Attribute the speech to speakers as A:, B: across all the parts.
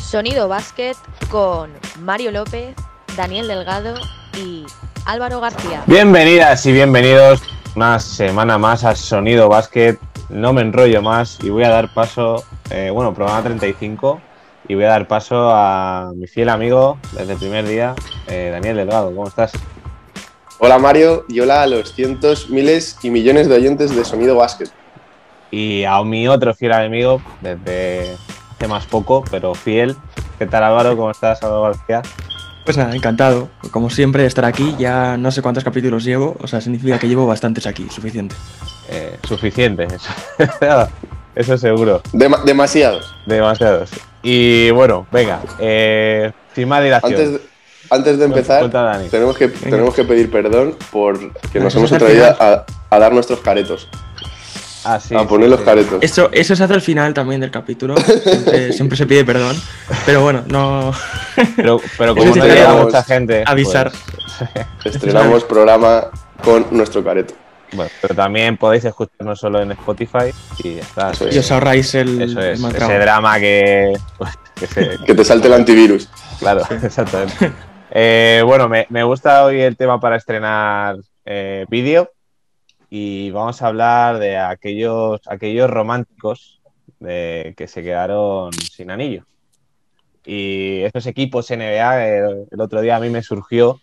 A: Sonido Basket con Mario López, Daniel Delgado y Álvaro García.
B: Bienvenidas y bienvenidos una semana más a Sonido Basket. No me enrollo más y voy a dar paso, eh, bueno, programa 35, y voy a dar paso a mi fiel amigo desde el primer día, eh, Daniel Delgado. ¿Cómo estás?
C: Hola Mario y hola a los cientos, miles y millones de oyentes de Sonido Basket.
B: Y a mi otro fiel amigo desde hace más poco, pero fiel. ¿Qué tal Álvaro? ¿Cómo estás, Álvaro García?
D: Pues nada, encantado. Como siempre, estar aquí. Ya no sé cuántos capítulos llevo. O sea, significa que llevo bastantes aquí. Suficiente.
B: Eh, suficiente, eso. eso seguro.
C: Dem demasiados.
B: Demasiados. Y bueno, venga. Eh, sin más dilación.
C: Antes de, antes de empezar,
B: Cuenta, Dani.
C: tenemos que, tenemos que pedir perdón por que nos
D: Eso
C: hemos
D: es al
C: atrevido
D: final.
C: a, a dar nuestros caretos.
B: Ah, sí,
C: a poner
B: sí,
C: los
B: sí.
C: caretos.
D: Eso, eso se hace al final también del capítulo. Siempre, siempre se pide perdón. Pero bueno, no.
B: Pero, pero como
D: Eso
B: no
D: sí,
B: llega
C: tenemos
B: mucha gente.
D: avisar.
B: pues,
C: Estrenamos programa con nuestro careto.
B: bueno, pero también podéis escucharnos solo en Spotify y ya está.
C: Eso
B: que-
C: es.
D: Y os ahorráis el,
B: eh, eso
D: el
B: es,
D: mal
B: ese
D: trago.
B: drama que, que se-
C: Que te salte el antivirus.
B: Claro, exactamente. Eh, bueno, me, me gusta hoy el tema para estrenar eh, vídeo y vamos a hablar de aquellos, aquellos románticos de- que se quedaron sin anillo. Y estos equipos NBA, el, el otro día a mí me surgió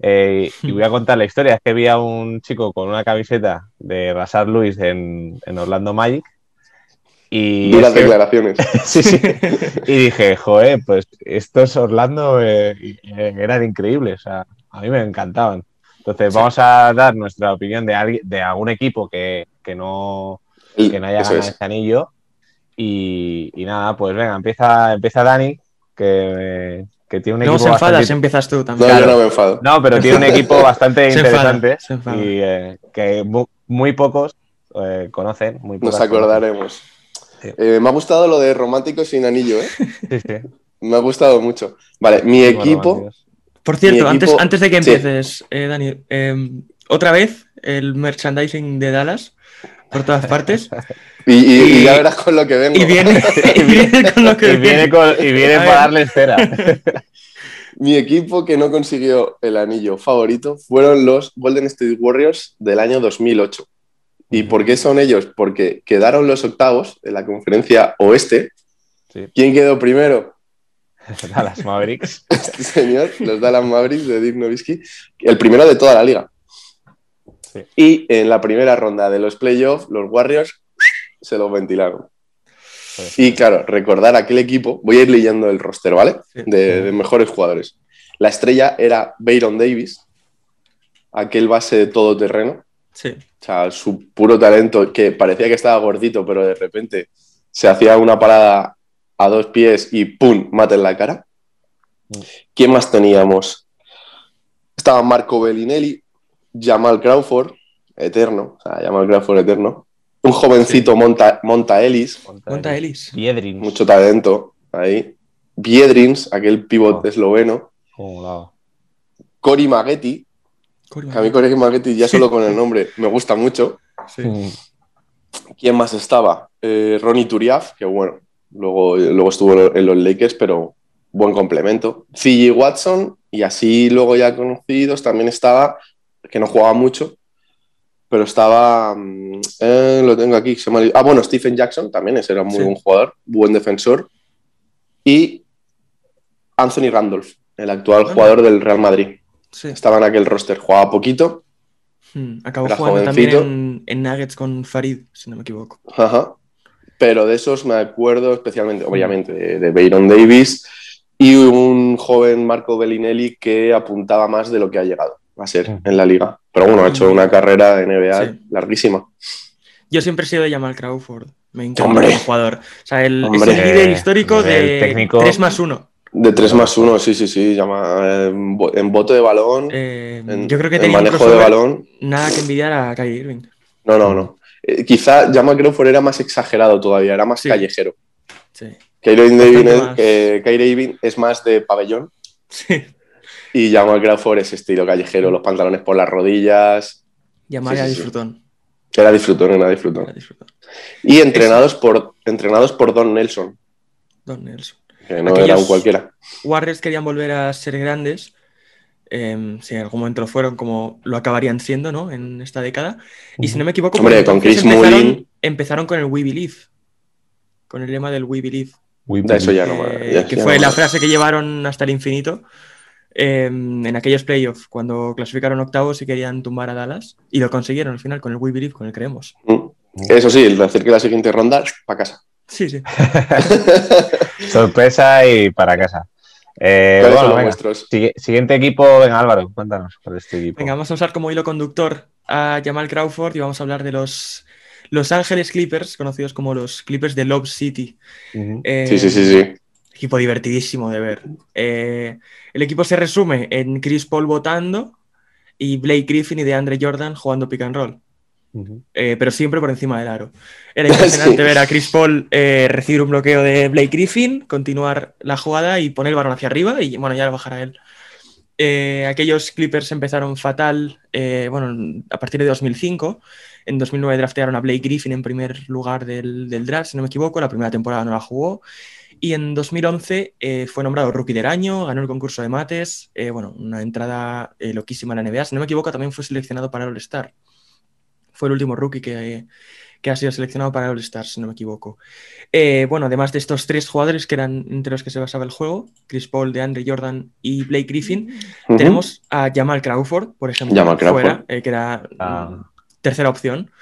B: eh, y voy a contar la historia. Es que vi a un chico con una camiseta de Rasar Luis en, en Orlando Magic. Y
C: Duras
B: es que-
C: declaraciones.
B: Sí, sí. Y dije, joder, pues estos Orlando eh, eh, eran increíbles. O sea, a mí me encantaban. Entonces, vamos a dar nuestra opinión de, alguien, de algún equipo que, que no, que no haya
C: Eso
B: ganado
C: es.
B: este anillo. Y, y nada, pues venga, empieza, empieza Dani, que, que tiene un
D: Luego
B: equipo.
D: se enfadas,
B: bastante-
D: empiezas tú
C: No,
D: también.
B: Claro.
C: yo no me enfado.
B: No, pero tiene un equipo bastante
D: Se enfada,
B: interesante
D: se enfada.
B: y eh, que mu- muy pocos eh, conocen. Muy
C: Nos
B: pocas
C: acordaremos.
B: Sí.
C: Eh, me ha gustado lo de romántico sin anillo, ¿eh?
B: conocen. Sí, sí.
C: Me ha gustado mucho. Vale, mi equipo.
B: Bueno,
D: Por cierto,
C: Mi
D: antes,
C: equipo-
D: antes de que
C: sí.
D: empieces, eh, Dani, eh, otra vez el merchandising de Dallas por todas partes.
C: Y, y- y
D: Y-
C: ya verás con lo que vengo.
D: y, viene, y viene con lo que
B: y viene, con- y viene
D: A
B: para
D: ver.
B: darle cera.
C: Mi equipo que no consiguió el anillo favorito fueron los Golden State Warriors del año 2008. ¿Y por qué son ellos? Porque quedaron los octavos en la conferencia oeste.
B: Sí.
C: ¿Quién quedó primero?
B: Dallas Mavericks.
C: Este señor, los Dallas Mavericks de Dirk Nowitzki, el primero de toda la liga.
B: Sí.
C: Y en la primera ronda de los playoffs, los Warriors se los ventilaron. Y claro, recordar aquel equipo, voy a ir leyendo el roster, ¿vale?
D: Sí.
C: De, de mejores jugadores. La estrella era Bayron Davis, aquel base de todoterreno,
D: Sí,
C: o sea, su puro talento que parecía que estaba gordito, pero de repente se hacía una parada a dos pies y ¡pum! mata en la cara. ¿Quién más teníamos? Estaba Marco Bellinelli, Jamal Crawford, eterno, o sea, Jamal Crawford eterno, un jovencito Monta, Monta Ellis,
D: Monta Ellis.
B: Biedrin.
C: mucho talento ahí. Biedrins, aquel pivot
B: Oh.
C: esloveno.
B: Como la-
C: Cory Maghetti,
D: Cool,
C: que a mí Cory Maghetti ya solo con el nombre me gusta mucho.
D: sí.
B: Mm.
C: ¿Quién más estaba? Eh, Ronnie Turiaf, que bueno, luego, luego estuvo en los Lakers, pero buen complemento. C.G. Watson, y así luego ya conocidos, también estaba, que no jugaba mucho, pero estaba, mm, eh, lo tengo aquí, se me ha olvidado. Ah, bueno, Stephen Jackson también, ese era un muy
D: Sí.
C: buen jugador, buen defensor. Y Anthony Randolph, el actual
D: Ah.
C: jugador del Real Madrid.
D: sí.
C: Estaba en aquel roster, jugaba poquito,
D: Hmm, Acabó
C: Era
D: jugando
C: jovencito.
D: también en, en Nuggets con Farid, si no me equivoco.
C: Ajá. Pero de esos me acuerdo especialmente,
D: Mm.
C: obviamente, de, de Bayron Davis y un joven Marco Bellinelli que apuntaba más de lo que ha llegado a ser en la liga. Pero bueno, ha hecho una carrera de NBA
D: Mm. Sí.
C: larguísima.
D: Yo siempre he sido de Jamal Crawford. Me encanta
C: Hombre.
D: como jugador. O sea, el, es
C: Hombre.
D: el líder histórico
B: Hombre,
D: de
B: el técnico.
D: 3 más 1.
C: De 3 más 1, sí, sí, sí, llama, eh, en, bo- en bote de balón, en,
D: Eh, yo creo que
C: en
D: tenía un
C: manejo de
D: crossover
C: balón.
D: nada que envidiar a Kyrie Irving.
C: No, no, no. Eh, quizá Jamal Crawford era más exagerado todavía, era más
D: Sí.
C: callejero.
D: Sí.
C: Kyrie Irving,
D: Bastante
C: es-
D: más.
C: eh, Kyrie Irving es más de pabellón.
D: sí.
C: Y Jamal Crawford es estilo callejero, los pantalones por las rodillas.
D: Llamar
C: Sí,
D: a
C: sí, sí.
D: disfrutón.
C: Era disfrutón, era disfrutón.
D: Era disfrutón.
C: Y entrenados por, entrenados por Don Nelson.
D: Don Nelson.
C: que no
D: Aquellos-
C: era un cualquiera.
D: Warriors querían volver a ser grandes, em, si en algún momento lo fueron, como lo acabarían siendo, ¿no? En esta década. Y si no me equivoco,
C: Hombre,
D: por
C: con
D: entonces
C: Chris
D: empezaron,
C: Mullin.
D: empezaron con el We Believe, con el lema del We Believe,
B: Uy, pues,
C: De eso ya no me. Mm.
D: eh,
C: ya-
D: que
C: ya
D: fue
C: no-
D: la frase que llevaron hasta el infinito em, en aquellos playoffs, cuando clasificaron octavos y querían tumbar a Dallas, y lo consiguieron al final con el We Believe, con el creemos.
C: Mm. Eso sí, el decir que la siguiente ronda, para casa.
D: Sí, sí.
B: Sorpresa y para casa. Eh,
C: ¿Cuáles son
B: bueno,
C: los
B: venga.
C: vuestros?
B: Sigui- siguiente equipo, venga Álvaro, cuéntanos cuál es tu equipo.
D: Venga, vamos a usar como hilo conductor a Jamal Crawford y vamos a hablar de los Los Ángeles Clippers, conocidos como los Clippers de Love City.
B: Ujú.
D: Eh,
C: Sí, sí, sí, sí.
D: Equipo divertidísimo de ver. Eh, el equipo se resume en Chris Paul votando y Blake Griffin y DeAndre Jordan jugando pick and roll.
B: Ujú.
D: eh, pero siempre por encima del aro. Era impresionante
C: Sí.
D: ver a Chris Paul eh, recibir un bloqueo de Blake Griffin, continuar la jugada y poner el balón hacia arriba y bueno, ya lo bajará él. Eh, aquellos Clippers empezaron fatal, eh, bueno, a partir de 2005. En 2009 draftearon a Blake Griffin en primer lugar del, del draft, si no me equivoco. La primera temporada no la jugó. Y en 2011 eh, fue nombrado rookie del año, ganó el concurso de mates. eh, bueno, una entrada eh, loquísima en la NBA. Si no me equivoco, también fue seleccionado para el All-Star. Fue el último rookie que, que ha sido seleccionado para el All-Star, si no me equivoco. Eh, bueno, además de estos tres jugadores que eran entre los que se basaba el juego, Chris Paul, DeAndre Jordan y Blake Griffin,
C: Ujú.
D: tenemos a Jamal Crawford, por ejemplo,
C: Jamal Crawford.
D: fuera, eh, que era mm,
B: Ah.
D: tercera opción.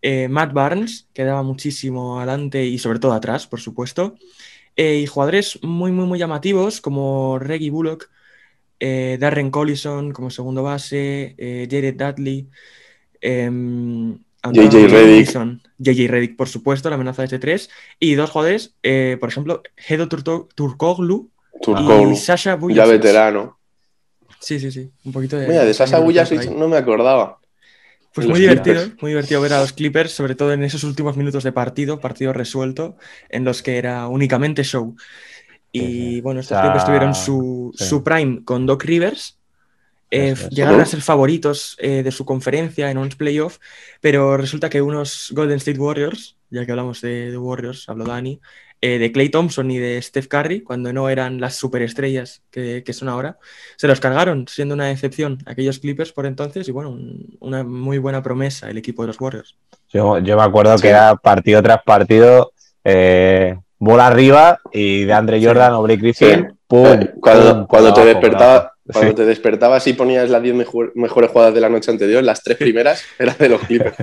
D: Eh, Matt Barnes, que daba muchísimo adelante y sobre todo atrás, por supuesto. Eh, y jugadores muy, muy, muy llamativos como Reggie Bullock, eh, Darren Collison como segundo base, eh, Jared Dudley, em, Antonio
C: J.J. Redick.
D: Wilson, JJ Redick, por supuesto, la amenaza de T3. Y dos jugadores, eh, por ejemplo, Hedo Turto- Turkoglu
C: Turcoulu,
D: y Sasha
C: ya
D: Vujacic.
C: veterano.
D: Sí, sí, sí. Un poquito de.
C: Mira, de Sasa
D: sangre por
C: Bujasic
D: ahí.
C: no me acordaba.
D: Pues
C: los
D: muy divertido,
C: Clippers.
D: muy divertido ver a los Clippers, sobre todo en esos últimos minutos de partido, partido resuelto, en los que era únicamente show. Y
B: Sí, sí.
D: bueno, estos
B: O sea,
D: Clippers tuvieron su,
B: sí.
D: su prime con Doc Rivers. eh,
B: Eso es.
D: llegaron a
C: Ujú.
D: ser favoritos eh, de su conferencia en un playoff, pero resulta que unos Golden State Warriors, ya que hablamos de, de Warriors, habló Dani, eh, de Clay Thompson y de Steph Curry, cuando no eran las superestrellas que, que son ahora, se los cargaron, siendo una excepción aquellos Clippers por entonces y bueno, un- una muy buena promesa el equipo de los Warriors.
B: Yo, yo me acuerdo
C: Sí.
B: que era partido tras partido, eh, bola arriba y de Andre
D: Sí.
B: Jordan o Blake Griffin,
C: Sí.
B: pum,
C: Eh, cuando
B: pum,
C: cuando te
B: abajo,
C: despertabas,
B: abajo.
C: cuando
B: Sí.
C: te despertabas y ponías las 10 mejor- mejores jugadas de la noche anterior, las tres primeras eran de los Clippers.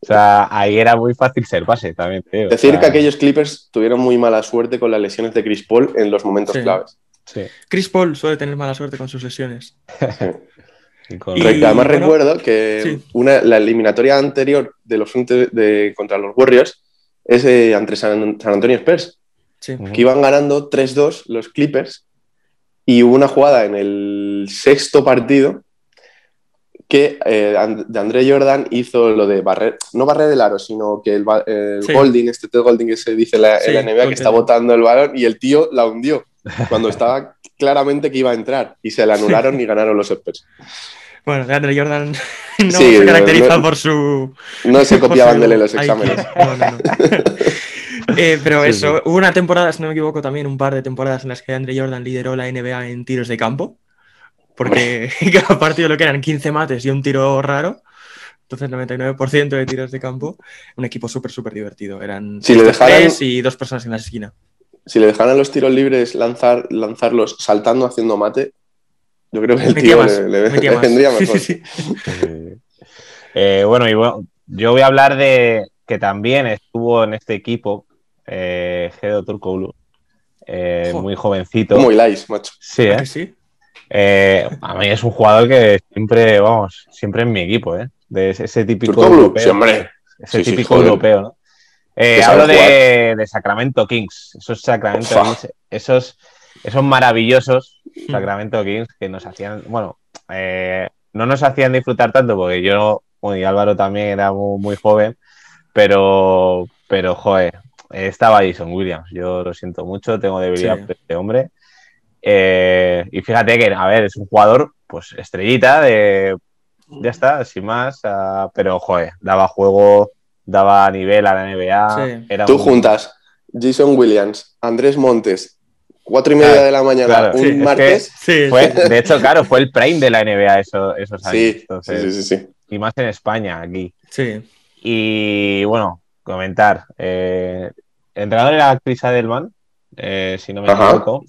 B: O sea, ahí era muy fácil ser base también. te digo.
C: Decir
B: O sea,
C: que aquellos Clippers tuvieron muy mala suerte con las lesiones de Chris Paul en los momentos
D: Sí.
C: claves.
B: sí.
D: Chris Paul suele tener mala suerte con sus lesiones.
B: Y con-
D: Y-
C: Re- Además
D: bueno,
C: recuerdo que
D: sí.
C: una, la eliminatoria anterior de los ante- de- contra los Warriors es eh, ante San, San Antonio Spurs,
D: Sí.
B: Ujú.
C: que iban ganando 3-2 los Clippers y hubo una jugada en el sexto partido que eh, And- de André Jordan hizo lo de barrer, no barrer el aro, sino que el, ba- el
D: Sí.
C: holding, este Ted Holding que se dice en la, en
D: Sí,
C: la NBA, que
D: holding.
C: está botando el balón y el tío la hundió cuando estaba claramente que iba a entrar y se la anularon y ganaron los Spurs.
D: Bueno, DeAndre Jordan no
C: Sí,
B: eh,
D: se caracteriza
C: no-
D: por su
C: No se copiaban de
D: José,
C: los
D: IQ.
C: exámenes.
D: No, no, no. Eh, pero
B: Sí,
D: eso,
B: sí.
D: hubo una temporada, si no me equivoco, también un par de temporadas en las que Andre Jordan lideró la NBA en tiros de campo. Porque cada partido lo que eran 15 mates y un tiro raro. Entonces, 99% de tiros de campo. Un equipo súper, súper divertido. Eran
C: Si le dejaran-
D: tres y dos personas en la esquina.
C: Si le dejaran los tiros libres lanzar, lanzarlos saltando haciendo mate, yo creo que el
D: Metía
C: tío
D: más.
C: le, le-
D: metía
C: le
D: más.
C: vendría
D: Sí,
C: mejor.
D: sí, sí.
B: Eh, eh, bueno, y bueno, yo voy a hablar de que también estuvo en este equipo, eh, Gedo Turkoglu, eh,
D: Jo.
B: muy jovencito.
C: Como Elias, macho.
B: Sí, ¿eh?
D: ¿A que sí?
B: Eh, a mí es un jugador que siempre, vamos, siempre en mi equipo, ¿eh? De ese, ese típico
C: Turcoglu,
B: europeo.
C: sí, hombre.
B: Ese
C: Sí, sí,
B: típico
C: joder.
B: europeo, ¿no? Eh,
C: Que sabe
B: hablo de, de Sacramento Kings, esos Sacramento
C: Ufa.
B: Kings, esos, esos maravillosos
D: Mm.
C: Hmm.
B: Sacramento Kings que nos hacían, bueno, eh, no nos hacían disfrutar tanto porque yo bueno, y Álvaro también era muy, muy joven, pero, pero joder, estaba Jason Williams, yo lo siento mucho, tengo debilidad
D: Sí.
B: por este hombre. Eh, y fíjate que, a ver, es un jugador, pues estrellita, de, ya está, sin más, ah, pero joder, daba juego, daba nivel a la NBA.
D: Sí.
B: Era
C: Tú
B: un-
C: juntas Jason Williams, Andrés Montes, cuatro y media
B: Claro,
C: de la mañana,
B: claro.
C: un
D: Sí, es que-
C: martes.
D: Sí,
B: Fue-
D: sí.
B: de hecho, claro, fue el prime de la NBA eso- esos años.
C: Sí, sí,
B: entonces,
C: sí, sí, sí.
B: Y más en España, aquí.
D: Sí.
B: Y bueno, comentar. eh, el entrenador era Chris Adelman, eh, si no me
C: Ajá.
B: equivoco.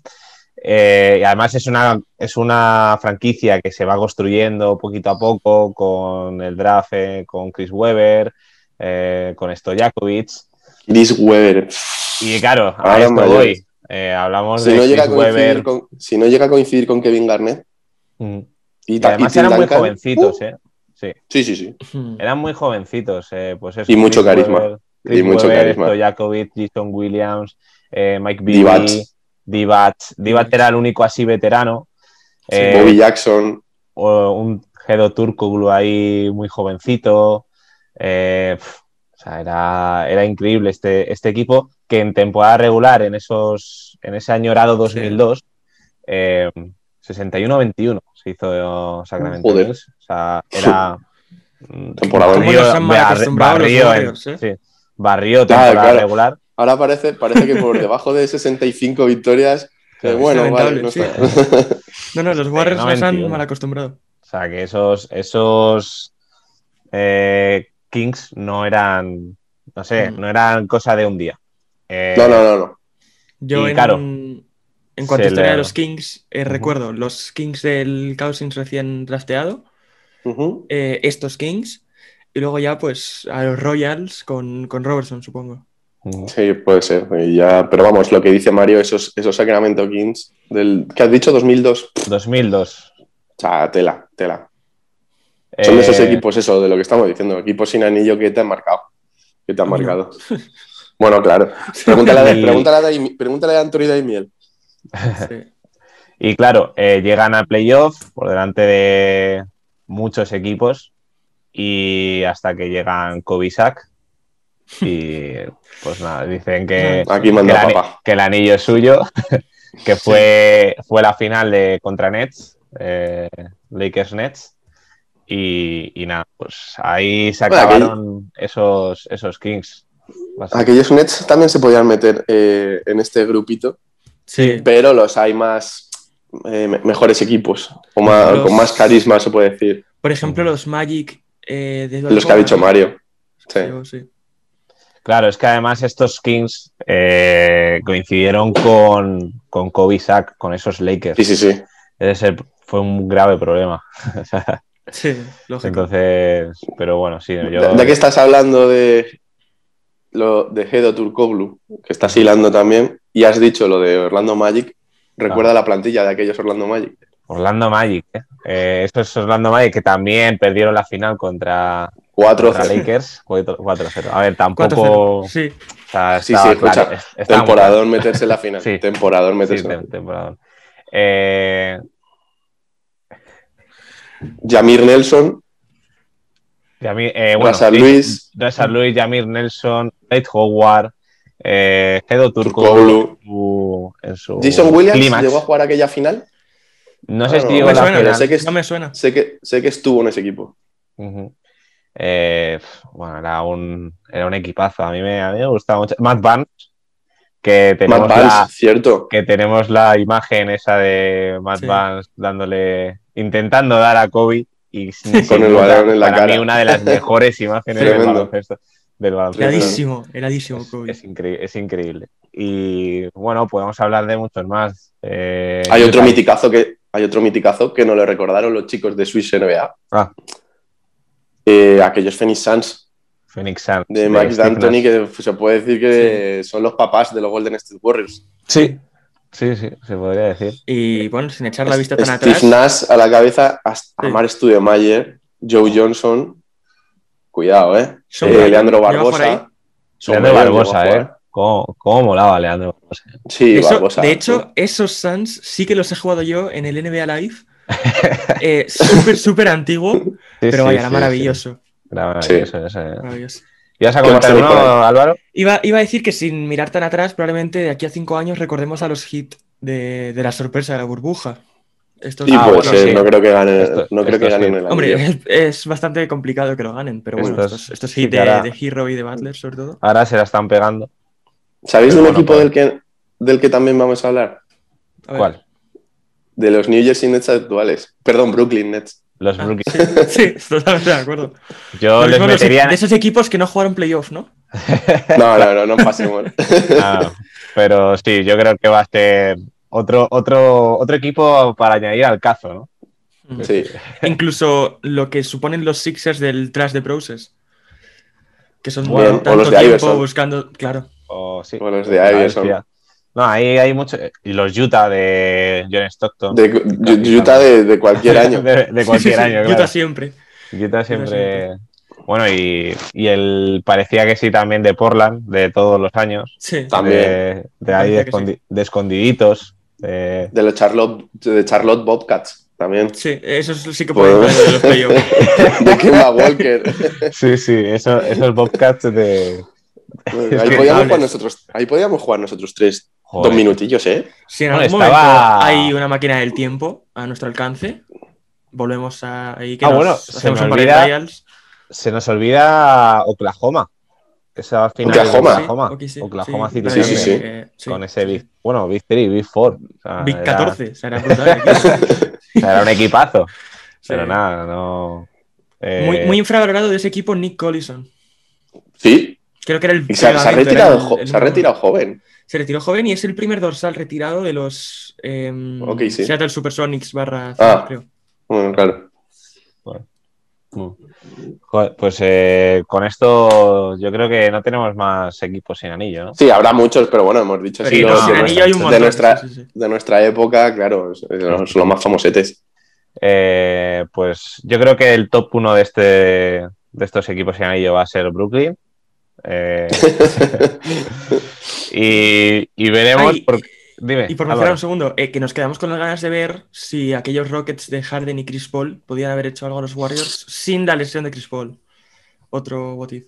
B: Eh, y además es una, es una franquicia que se va construyendo poquito a poco con el draft, eh, con Chris Webber, eh, con Stojakovic.
C: Chris Weber.
B: Y claro, a
C: Ahora
B: esto
C: mayores.
B: voy. Eh, hablamos
C: Si
B: de
C: no, llega a
B: Chris
C: coincidir
B: Webber.
C: con, si no llega a coincidir con Kevin Garnett
B: Mm.
C: y,
B: Y además
C: y Tim
B: eran muy
C: Duncan, uh,
B: jovencitos, ¿eh?
C: Sí, sí, sí.
B: Eran muy jovencitos, eh, pues eso.
C: Y mucho
B: Chris
C: carisma.
B: Webber, Chris
C: Y mucho
B: Webber,
C: carisma.
B: Stojakovic, Jason Williams, eh, Mike
C: Divac.
B: Bibby, Divac. Divac era el único así veterano. Eh,
C: Bobby Jackson.
B: o un Gedo Turkoglu ahí muy jovencito. Eh, pf, o sea, era, era increíble este, este equipo que en temporada regular, en, esos, en ese añorado 2002, eh, 61-21 se hizo Sacramento.
C: Joder.
B: Kings. O sea, era.
C: Temporada.
D: ¿Cómo nos han mal
B: barri-
D: acostumbrado los
B: barrió en-
D: Warriors, eh?
B: sí, barrió
C: Claro,
B: temporada
C: claro.
B: regular.
C: Ahora parece, parece que por debajo de 65 victorias. eh,
B: Claro,
C: bueno, vale,
D: lamentable,
C: no
D: sí.
C: está.
D: No, no, los Warriors
B: no
D: nos han
B: entiendo.
D: mal acostumbrado.
B: O sea, que esos, esos eh, Kings no eran, no sé,
D: Mm.
B: no eran cosa de un día. Eh,
C: No, no, no, no.
D: Yo
B: Y
D: en,
B: claro,
D: en cuanto a
B: se
D: historia
B: le-
D: de los Kings, eh,
B: Ujú.
D: recuerdo los Kings del Cousins recién drafteado,
C: Ujú.
D: eh, estos Kings, y luego ya pues a los Royals con, con Robertson, supongo.
B: mm,
C: Sí, puede ser. y ya- pero vamos, lo que dice Mario, esos, esos Sacramento Kings, del, que has dicho 2002.
B: 2002.
C: O sea, tela, tela. Son
B: Eh,
C: de esos equipos, eso, de lo que estamos diciendo, equipos sin anillo que te han marcado. Que te han
D: Ujú.
C: marcado. Bueno, claro. Pregúntale a,
B: Y-
C: pregúntale a, Daimi- pregúntale a Anthony Daimiel.
D: Sí.
B: Y claro, eh, llegan a playoff por delante de muchos equipos y hasta que llegan Kovisac y pues nada, dicen que,
C: Aquí
B: que,
C: manda
B: el ani-
C: papá.
B: que el anillo es suyo, que fue, fue la final de contra Nets, eh, Lakers Nets. Y, y nada, pues ahí se
C: Bueno, aquel-
B: acabaron esos, esos Kings.
C: Aquellos Nets también se podían meter eh, en este grupito,
D: Sí.
C: pero los hay más eh, me- mejores equipos, o más-
D: Los-
C: con más carisma, se puede decir.
D: Por ejemplo, los Magic eh, de Eduardo
C: Los que ha
D: Cobar,
C: dicho
D: ¿no?
C: Mario. Sí.
D: Sí, o sí.
B: Claro, es que además estos Kings eh, coincidieron con, con Kobe Sack, con esos Lakers.
C: Sí, sí, sí.
B: Ese fue un grave problema. O sea,
D: Sí, lógico.
B: Entonces, pero bueno, sí, yo.
C: Ya ya que estás hablando de lo de Hedo Turkoglu, que estás hilando también, y has dicho lo de Orlando Magic, recuerda
B: Ah.
C: la plantilla de aquellos Orlando Magic.
B: Orlando Magic, ¿eh? Eh, estos Orlando Magic que también perdieron la final contra, contra
C: 4-0.
B: Lakers 4 4-0. A ver,
D: 4-0.
B: tampoco. O
D: Sí,
B: sea,
C: Sí,
B: estaba
C: sí, escucha,
B: claro, es- estaba muy claro.
C: Temporador meterse en la final.
B: Sí.
C: Temporador
B: Sí,
C: meterse en la
B: tem- temporadón. Eh,
C: final. Jamir Nelson,
B: Yamir- eh, bueno,
C: Russell
B: sí,
C: Lewis.
B: Russell Lewis, Yamir Nelson, Nate Howard, eh, Hedo Turco
C: Turkoglu.
B: en su
C: Jason Williams
B: clímax.
C: llegó a jugar aquella final.
B: No sé
C: Ah,
B: si
C: no,
B: llegó
D: me
B: a la
D: suena,
B: final.
C: sé que es-
D: no me suena.
C: Sé que, sé que estuvo en ese equipo.
B: Ujú. Eh, pf, bueno, era un, era un equipazo. A mí me, a mí me gustaba mucho. Matt Barnes, que tenemos,
C: Matt Barnes,
B: la,
C: cierto.
B: que tenemos la imagen esa de Matt
D: Sí.
B: Barnes dándole, intentando dar a Kobe. Y sin-
C: Con el balón en la
B: para
C: cara.
B: mí una de las mejores imágenes del
C: Tremendo.
B: baloncesto. Del baloncesto.
D: Heladísimo, heladísimo,
B: Es,
D: Kobe.
B: es incre- es increíble. Y bueno, podemos hablar de muchos más. Eh,
C: Hay otro
B: Utah-
C: miticazo que hay otro miticazo que no le recordaron los chicos de Swiss NBA.
B: Ah.
C: Eh, aquellos Phoenix Suns
B: Phoenix Suns.
C: de Max
B: Steve
C: D'Antoni,
B: Nash.
C: que se puede decir que son los papás de los Golden State Warriors.
B: Sí, sí, sí, se podría decir.
D: Y bueno, sin echar la vista tan
C: Steve
D: atrás.
C: Nash a la cabeza, hasta
D: Sí.
C: Amar Studemayer, Joe Johnson, cuidado, ¿eh?
D: Sean
C: Eh,
D: Marion,
C: Leandro
D: ¿lleva por ahí?
C: Barbosa. Sean
B: Leandro
C: Marion
B: Barbosa,
C: llegó a
B: ¿eh?
C: jugar.
B: ¿Cómo, cómo molaba Leandro Barbosa?
C: Sí,
D: Eso-
C: Barbosa.
D: de hecho,
B: pues,
D: esos Suns sí que los he jugado yo en el NBA Live. Eh, súper, súper antiguo,
B: Sí,
D: pero
B: sí,
D: vaya, era
B: sí,
D: maravilloso.
B: sí. Era maravilloso ese. ¿eh?
D: maravilloso.
B: ¿Y vas a
C: ¿Qué más
B: comentar
C: tenéis
B: uno,
C: por
B: Álvaro?
D: Iba, iba a decir que sin mirar tan atrás, probablemente de aquí a cinco años recordemos a los hits de, de la sorpresa de la burbuja. Estos-
C: Sí,
B: Ah,
C: pues
B: bueno,
C: eh,
B: sí.
C: no creo que ganen,
B: Esto-
C: no creo
B: esto
C: que ganen
B: sí.
C: el anillo.
D: Hombre, es bastante complicado que lo ganen, pero bueno,
B: Estos-
D: estos, estos hits
B: que
D: de,
B: ahora-
D: de Hero y de Butler, sobre todo.
B: Ahora se la están pegando.
C: ¿Sabéis de un
B: Bueno,
C: equipo
B: pues.
C: del que, del que también vamos a hablar?
D: A ver.
B: ¿Cuál?
C: De los New Jersey Nets actuales. Perdón, Brooklyn Nets.
B: Los
D: Ah,
B: Brooklyn.
D: Sí, sí, totalmente de acuerdo.
B: Yo
D: Lo
B: les
D: mismo los-
B: metería.
D: De esos equipos que no jugaron playoff, ¿no?
C: No, no, no, no pasemos.
B: Ah, pero sí, yo creo que va a ser otro, otro, otro equipo para añadir al cazo, ¿no?
C: Sí.
D: Incluso lo que suponen los Sixers del trash de Process. Que son
B: Bueno,
D: tan-
B: o
D: tanto
C: los de
D: tiempo
C: Iverson.
D: buscando. Claro.
B: O, sí,
C: O los de Iverson.
B: Filadelfia. No, ahí hay muchos. Los Utah de John Stockton.
C: De, de- Utah de, de cualquier año.
B: De, de cualquier
D: Sí, sí,
B: año,
D: Utah
B: claro.
D: siempre.
B: Utah siempre. Bueno, y, y el parecía que sí también de Portland, de todos los años.
D: Sí.
C: Tam- También.
B: De, de ahí de,
D: Parecía que sí.
B: escondi- de escondiditos. de-
C: De los Charlotte, de Charlotte Bobcats también.
D: Sí, eso sí que
C: Pues-
D: puede entrar en los playoffs.
C: De Kemba Walker.
B: Sí, sí, eso- esos Bobcats de.
C: Ahí podíamos jugar nosotros, ahí podíamos jugar nosotros tres.
B: Joder.
C: Dos minutillos, ¿eh?
D: Si en
B: Bueno,
D: algún
B: estaba-
D: momento hay una máquina del tiempo a nuestro alcance, volvemos a ahí que
B: Ah,
D: nos
B: bueno, se
D: hacemos
B: me
D: un par de
B: olvida-
D: trials.
B: Se nos olvida Oklahoma. Esa final de
C: Oklahoma.
B: Oklahoma.
D: Ok, sí,
B: Oklahoma
D: sí,
B: City
D: vale,
C: sí,
B: Thunder,
C: sí.
D: eh, sí.
B: Con ese Big. Bueno, Big 3, Big 4. O sea,
D: Big
B: era-
D: 14, será brutal. eh, claro.
B: o sea, era un equipazo. Pero
D: Sí.
B: nada, no. eh,
D: Muy, muy infravalorado de ese equipo Nick Collison.
C: Sí.
D: Creo que era el
C: Y se, ha- se ha
D: pegamento,
C: retirado,
D: era el-
C: jo-
D: el
C: se ha
D: número-
C: retirado joven.
D: Se retiró joven y es el primer dorsal retirado de los eh,
C: Ok, sí.
D: Seattle Supersonics barra
C: Ah.
D: creo.
C: Bueno, claro.
B: Joder, Pues eh, con esto yo creo que no tenemos más equipos sin anillo, ¿no?
C: Sí, habrá muchos, pero bueno, hemos dicho
D: Pero
C: sí,
D: y
B: no,
C: los
D: sin
C: de,
D: anillo hay un
C: nuestra, de,
D: montón,
C: nuestra,
D: sí, sí, sí.
C: de nuestra época, claro, es- es- son los más famosetes.
B: Eh, pues yo creo que el top 1 de este de estos equipos en anillo va a ser Brooklyn. Eh, y, y veremos
D: Ay,
B: por- dime,
C: Ah,
D: Y
B: Álvaro.
D: por mencionar un segundo, eh, que nos quedamos con las ganas de ver si aquellos Rockets de Harden y Chris Paul podían haber hecho algo a los Warriors sin la lesión de Chris Paul. Otro what if.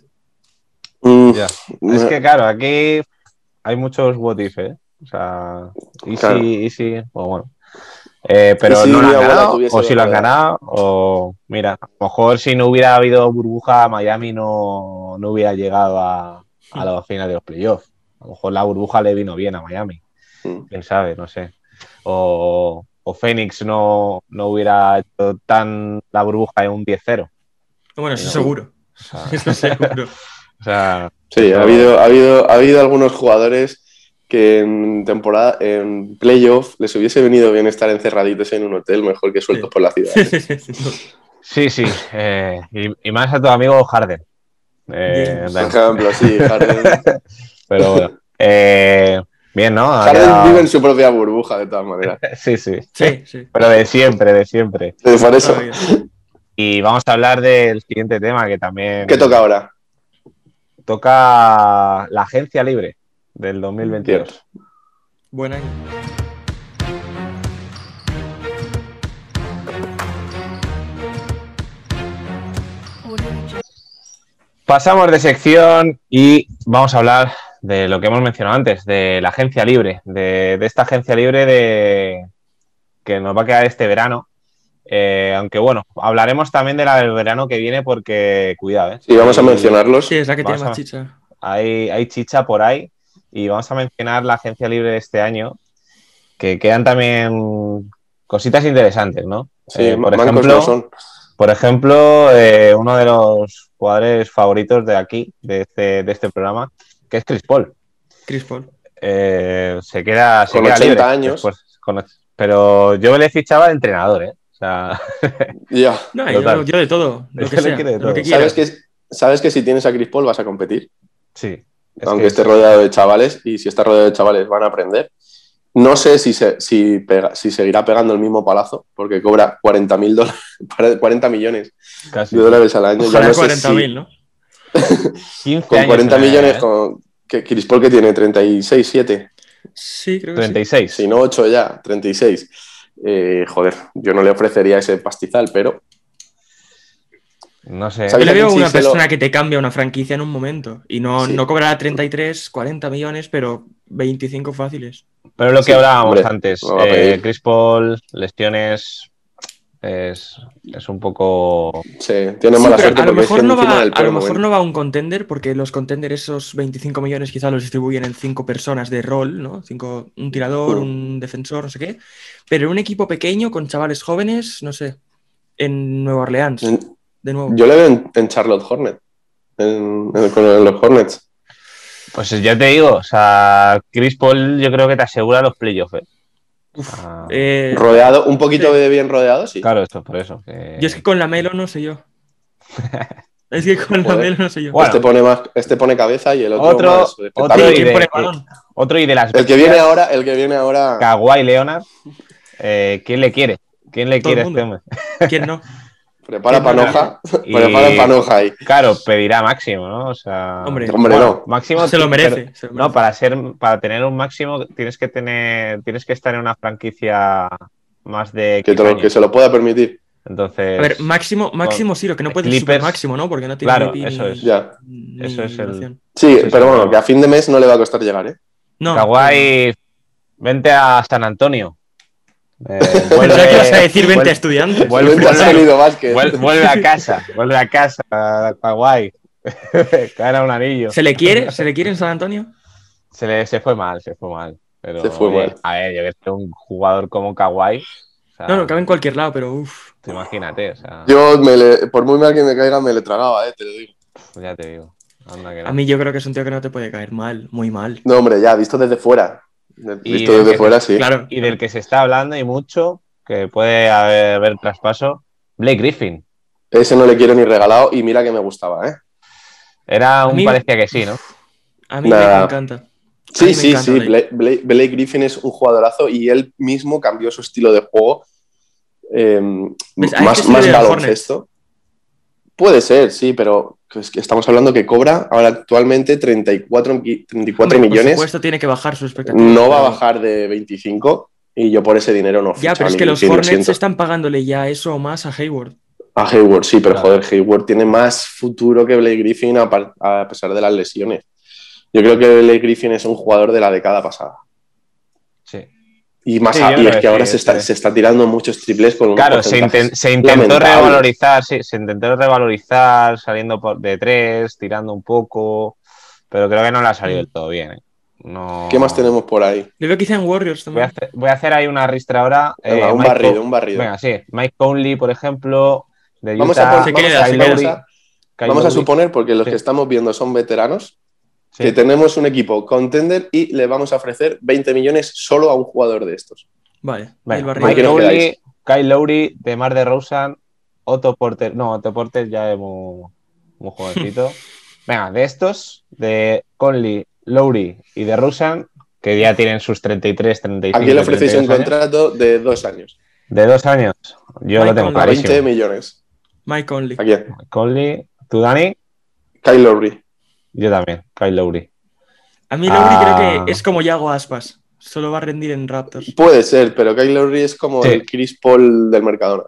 C: Mm,
B: Ya. Es que claro, aquí hay muchos what if, ¿eh? O sea, y
C: Claro.
B: si, y si, o bueno. Eh, pero
C: Y si
B: no lo
C: mi
B: han
C: abuela
B: ganado,
C: tuviese
B: o si lo han
C: ganado.
B: ganado, o mira, a lo mejor si no hubiera habido burbuja, Miami no, no hubiera llegado a, a la final de los playoffs. A lo mejor la burbuja le vino bien a Miami,
C: Mm.
B: quién sabe, no sé. O, o Phoenix no, no hubiera hecho tan la burbuja en un 10-0.
D: Bueno, eso
B: No.
D: seguro.
B: O sea,
D: Eso seguro.
B: o sea,
C: Sí, ha habido, ha, habido, ha habido algunos jugadores que en temporada, en playoff, les hubiese venido bien estar encerraditos en un hotel mejor que sueltos
D: Sí.
C: por la ciudad.
B: Sí, sí. eh, y, y más a tu amigo Harden. Eh,
D: Bien.
C: Por
B: Dan-
C: ejemplo, sí, Harden,
B: pero bueno. eh, bien, ¿no? Ha
C: Harden
B: quedado-
C: vive en su propia burbuja, de todas maneras.
B: Sí, sí.
D: sí, sí.
B: Pero de siempre, de siempre.
C: Eh, Por eso,
D: Todavía.
B: Y vamos a hablar del siguiente tema que también
C: ¿qué toca ahora?
B: toca la agencia libre del 2022.
C: Cierto.
D: Buen año.
B: Pasamos de sección y vamos a hablar de lo que hemos mencionado antes, de la agencia libre, de, de esta agencia libre de que nos va a quedar este verano. Eh, aunque bueno, hablaremos también de la del verano que viene porque cuidado, ¿eh?
C: Sí, vamos a mencionarlos.
D: Sí, es la que tiene
B: Vamos a-
D: más chicha.
B: Hay, hay chicha por ahí y vamos a mencionar la agencia libre de este año, que quedan también cositas interesantes, ¿no?
C: Sí,
B: Eh, por
C: mancos
B: ejemplo,
C: no son.
B: por ejemplo, eh, uno de los jugadores favoritos de aquí, de este, de este programa, que es Chris Paul.
D: Chris Paul.
B: Eh, se queda, se
C: Con
B: queda
C: 80
B: libre
C: años.
B: después, con och- pero yo le fichaba de entrenador, ¿eh? O sea,
C: Ya.
D: No, yo,
B: Total.
D: yo de todo. Lo
B: Yo
D: que,
B: le
D: sea,
B: quiero de
D: lo que
B: todo.
D: quieras.
C: ¿Sabes que, sabes que si tienes a Chris Paul vas a competir,
B: sí. Es
C: aunque este
B: que-
C: esté rodeado de chavales, y si está rodeado de chavales van a aprender. No sé si, se- si, pega- si seguirá pegando el mismo palazo, porque cobra 40, mil dólares, para- 40 millones
B: casi
C: de dólares al año. Ya
D: Ojalá Este
C: no sé
D: 40.000,
C: si
D: ¿no?
B: 15
C: con
B: años
C: 40
B: en la
C: millones,
B: NBA, ¿eh?
C: con, que Chris Paul que tiene 36, 7,
D: Sí, creo que sí.
B: 36.
C: si no 8 ya, 36. Eh, joder, yo no le ofrecería ese pastizal, pero
B: No sé.
D: Yo
C: ¿Sabes?
D: le veo
C: Sí,
D: una
C: se lo-
D: persona que te cambia una franquicia en un momento y no,
C: Sí.
D: no cobrará 33, 40 millones, pero 25 fáciles.
B: Pero lo que
C: Sí,
B: hablábamos
C: hombre,
B: antes,
C: lo va a
B: eh,
C: pedir.
B: Chris Paul, lesiones, Es, es un poco.
C: Sí, tiene
D: Sí,
C: mala
D: pero
C: suerte
D: a lo
C: porque es
D: mejor, no
C: encima
D: va,
C: del
D: a lo
C: pelo
D: mejor
C: bueno.
D: no va un contender, porque los contender esos 25 millones quizá los distribuyen en cinco personas de rol, ¿no? Cinco, un tirador,
C: Mm.
D: un defensor, no sé qué. Pero en un equipo pequeño con chavales jóvenes, no sé, en Nueva Orleans, de nuevo.
C: Yo le veo en, en Charlotte Hornet. En, en- con los Hornets.
B: Pues ya te digo, o sea, Chris Paul yo creo que te asegura los playoffs. ¿eh?
D: Uf,
B: Ah,
D: eh,
C: Rodeado, un poquito
D: sí.
C: de bien rodeado, sí.
B: Claro, esto por eso. que-
D: yo es que con la Melo no sé yo. Es que con la
C: Joder.
D: Melo no sé yo.
B: Bueno.
C: Este, pone más, este pone cabeza y el otro,
B: Otro-
C: más
D: Sí,
B: otro
C: espectáculo.
B: y
D: ¿quién
B: de-
D: pone el balón?
B: Otro y de las
C: El que viene ahora, el que viene ahora.
B: Kawhi Leonard. eh, ¿Quién le quiere? ¿Quién le
D: Todo el
B: quiere a este
D: mundo.
B: hombre?
D: ¿Quién no?
C: Prepara
D: Qué mala.
C: panoja.
B: Y-
C: Prepara panoja ahí.
B: Claro, pedirá máximo, ¿no? O sea,
D: Hombre.
C: Hombre,
B: bueno,
C: no.
B: máximo
D: Se lo merece. se lo
B: No,
D: merece.
B: para ser, para tener un máximo tienes que tener, tienes que estar en una franquicia más de
C: Que, te lo-
B: 15
C: que
B: años.
C: se lo pueda permitir.
B: Entonces,
D: A ver, máximo, máximo sí, lo que no puede ser
B: Clippers.
D: super máximo, ¿no? Porque no tiene
B: Claro,
D: ni- ni-
B: eso es.
C: Ya.
D: ni
B: Eso es el-
D: noción.
C: Sí,
B: Sí, sí,
C: pero bueno,
B: no.
C: que a fin de mes no le va a costar llegar, ¿eh?
D: No,
B: Kawhi, vente a San Antonio. Eh,
D: Pensaba que ibas a
B: vuelve,
D: decir 20
B: vuelve-
D: estudiantes.
B: Vuelve-
C: Vente a
B: vuelve-
C: sonido básquet.
B: vuel- vuelve a casa, vuelve a casa, Kawhi. Gana un anillo.
D: ¿Se le quiere? ¿Se le quiere en San Antonio?
B: Se, le- se fue mal, se fue mal. Pero,
C: Se fue
B: oye,
C: mal.
B: A ver, yo que soy un jugador como Kawhi. o sea,
D: No, no, cabe en cualquier lado, pero uff.
B: tú Imagínate, o sea,
C: Yo, me le- por muy mal que me caiga, me le tragaba, ¿eh? Te lo digo.
B: ya te digo. Anda que no.
D: A mí yo creo que es un tío que no te puede caer mal, muy mal.
C: No, hombre, ya, visto desde fuera. De-
B: Y
C: Visto
B: el
C: desde
B: que-
C: fuera, sí.
D: Claro.
B: y del que se está hablando y mucho, que puede haber, haber traspaso, Blake Griffin.
C: Ese no le quiero ni regalado y mira que me gustaba, ¿eh?
B: Era
D: A
B: un
D: mí-
B: parecía que sí, ¿no?
D: A mí
C: Nah.
D: me encanta. A mí
C: Sí,
D: me
C: sí,
D: encanta
C: sí.
D: Blake.
C: Blake, Blake- Blake Griffin es un jugadorazo y él mismo cambió su estilo de juego. eh,
D: ¿Ves? Ah,
C: más
D: este
C: más
D: es de
C: baloncesto. Puede ser, sí, pero es que estamos hablando que cobra ahora actualmente 34, mi- 34
D: Hombre,
C: millones.
D: Por supuesto, tiene que bajar su expectativa.
C: No va a
D: pero-
C: bajar de 25 y yo por ese dinero no ficho
D: Ya, pero
C: a
D: es que
C: Blake
D: los
C: Griffin, lo
D: Hornets
C: siento.
D: están pagándole ya eso o más a Hayward.
C: A Hayward, sí, pero
B: Claro.
C: joder, Hayward tiene más futuro que Blake Griffin a, par- a pesar de las lesiones. Yo creo que Blake Griffin es un jugador de la década pasada.
B: Sí.
C: Y más
B: Sí,
C: a-
B: yo
C: y
B: creo
C: es
B: que
C: que ahora
B: sí,
C: se, está,
B: sí.
C: se está tirando muchos triples con un
B: Claro, se, inten- se intentó
C: Pues lamentable.
B: revalorizar, sí, se intentó revalorizar saliendo por de tres, tirando un poco, pero creo que no le ha salido del todo bien. ¿eh? No...
C: Mm. ¿Qué más tenemos por ahí?
B: Eh,
D: Le veo quizá en Warriors
B: Voy a
D: también.
B: hacer, voy a hacer ahí una ristra ahora.
C: Venga,
B: eh,
C: un
B: Mike
C: barrido,
B: Co-
C: un barrido.
B: Venga, sí. Mike Conley, por ejemplo, de Utah.
C: vamos a, pon-
D: Se
C: vamos
D: queda,
C: a-
D: se
B: Kyle
C: vamos
B: Lowry,
C: a-
B: Kyle
C: vamos a
B: Lowry,
C: suponer, porque los
B: Sí.
C: que estamos viendo son veteranos,
B: sí.
C: que tenemos un equipo contender y le vamos a ofrecer 20 millones solo a un jugador de estos.
D: Vale.
B: Venga,
D: el
B: Mike
D: barrido.
C: ¿Con quién os
B: Lowry,
C: quedáis?
B: Kyle Lowry, Demar de Rosen, Otto Porter. No, Otto Porter ya es muy, muy jovencito. Venga, de estos, de Conley, Lowry y de Rosen, que ya tienen sus 33, 35.
C: Aquí le ofrecéis un
B: 32 años.
C: contrato de dos años,
B: De dos años. Yo
D: Mike
B: lo tengo
D: Conley.
C: a 20
B: clarísimo.
C: millones.
D: Mike Conley.
C: Aquí,
B: Conley, tú, Dani,
C: Kyle Lowry.
B: yo también. Kyle Lowry.
D: A mí Lowry
B: Ah.
D: creo que es como Yago Aspas. Solo va a rendir en Raptors.
C: Puede ser, pero Kyle Lowry es como
B: Sí.
C: el Chris Paul del Mercadona.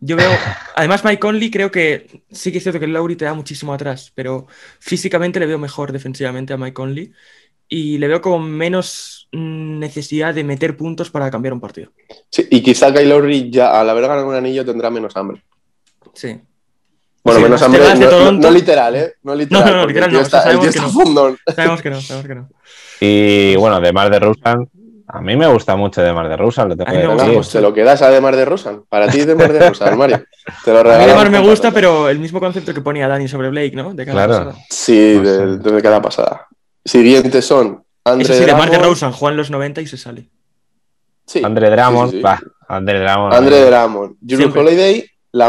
D: Yo veo, además Mike Conley creo que sí que es cierto que el Lowry te da muchísimo atrás, pero físicamente le veo mejor defensivamente a Mike Conley y le veo con menos mm, necesidad de meter puntos para cambiar un partido.
C: Sí, y quizá Kyle Lowry ya al haber ganado un anillo tendrá menos hambre.
D: Sí.
C: Bueno,
D: Sí,
C: menos
D: las
C: hambre.
D: telas de
C: No, no-
D: Toronto.
C: no literal, ¿eh? No literal.
D: No, no, no,
C: porque
D: literal
C: el tío
D: no,
C: está,
D: eso
C: el tío
D: sabemos
C: está
D: que
C: fundón.
D: Sabemos que no, sabemos que no.
B: Y bueno, Demar de Rosen. A mí me gusta mucho Demar de Rosen, lo tengo
D: A mí
B: que
D: me
C: Venga,
D: gusta
B: decir.
C: pues te lo quedas a Demar de Rosan. Para ti, Demar de Rosan, Mario. Te lo
D: A mí
C: regalamos.
D: Demar me gusta, pero el mismo concepto que ponía Dani sobre Blake, ¿no? De cada
B: Claro.
D: pasada.
C: Sí,
B: Pues
C: de, de cada pasada. Siguientes son
D: Eso
C: Andre
D: sí, Demar
C: Drummond.
D: de Rosen, Juan los 90 y se sale.
C: Sí,
B: Andre Drummond,
C: sí, sí.
B: va. Andre Drummond.
C: Andre Drummond. Drew
D: Siempre.
C: Holiday,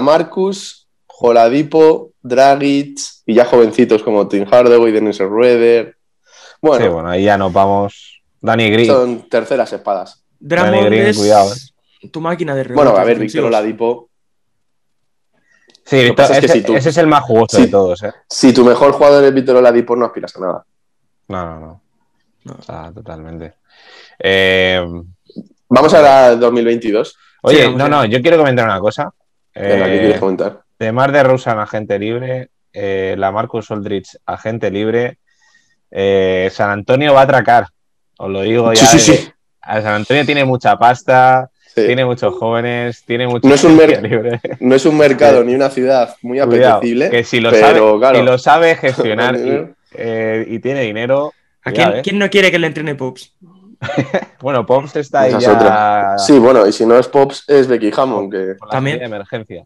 C: Lamarcus, Joladipo, Dragic y ya jovencitos como Tim Hardaway, Dennis Rueder.
B: Sí,
C: Bueno,
B: bueno, ahí ya nos vamos. Dani Green.
C: son terceras espadas.
D: Drummond
B: Green,
D: es
B: cuidado, eh.
D: tu máquina de rebotes.
C: Bueno, a ver, Víctor
D: defensivos.
C: Oladipo.
B: Sí,
C: Lo que pasa es que
B: ese,
C: si tú-
B: ese es el más jugoso
C: Sí.
B: de todos, ¿eh?
C: Si tu mejor jugador es Víctor Oladipo, no aspiras a nada.
B: No, no, no.
D: No.
B: O sea, totalmente. Eh,
C: Vamos ahora al 2022.
B: oye,
D: vamos
B: no,
D: allá.
B: no, yo quiero comentar una cosa.
C: Venga, ¿qué
B: Eh,
C: quieres comentar?
B: de Mar de Rusan, agente libre. eh, la Marcus Aldrich, agente libre. eh, San Antonio va a atracar. Os lo digo ya. desde- A San Antonio tiene mucha pasta.
C: Sí.
B: Tiene muchos jóvenes, tiene muchos.
C: No es un
B: mercado
C: merc- No es un mercado ni una ciudad muy apetecible.
B: eh, que si lo,
C: pero,
B: sabe,
C: claro.
B: si lo sabe gestionar y,
C: Dinero.
B: eh, y tiene dinero.
D: ¿A
B: cuidado,
D: quién,
B: eh.
D: quién no quiere que le entrene Pops?
B: Bueno, Pops está ahí
C: Esa es
B: ya
C: otra. Sí, bueno, y si no es Pops, es Becky Hammond. Que...
B: con la
D: También.
B: salida de emergencia.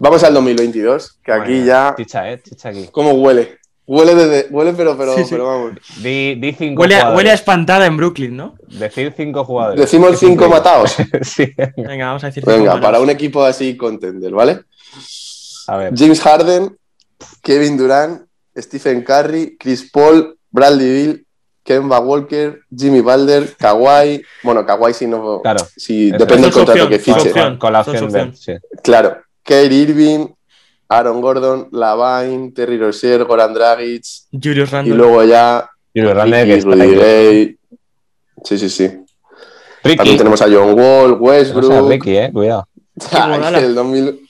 C: Vamos al 2022, que
B: Madre
C: aquí
B: mía,
C: ya.
B: Chicha, eh, chicha aquí.
C: ¿Cómo huele? Huele desde. Huele, pero, pero,
D: Sí, sí.
C: pero vamos.
B: Di, di cinco
D: Huele a,
B: jugadores.
D: huele a espantada en Brooklyn, ¿no?
B: Decir cinco jugadores.
C: Decimos
B: Decir
C: cinco matados.
B: sí,
D: Venga, vamos a decir.
C: Venga, para un equipo así contender, ¿vale?
B: a ver.
C: James Harden, Kevin Durant, Stephen Curry, Chris Paul, Bradley Bill, Kemba Walker, Jimmy Balder, Kawhi. Bueno, Kawhi si no.
B: Claro.
C: Si
B: Eso
C: depende
B: es.
C: del contrato que
D: Es opción,
C: fiche.
D: es opción.
B: Con, con la
D: son
B: opción
D: opción.
B: de. sí.
C: Claro. Kyrie Irving, Aaron Gordon, Lavine, Terry Rozier, Goran Dragic.
D: Julius
C: Y
D: Randle.
C: luego ya.
B: Y lo grande que
C: Ricky,
B: está
C: Rudy
B: ahí.
C: Gay. Sí, sí, sí. También
B: Ricky.
C: tenemos a John Wall,
B: No sea
C: Westbrook.
B: Ricky, eh, cuidado.
C: Ay,
D: Iguodala.
C: el 2000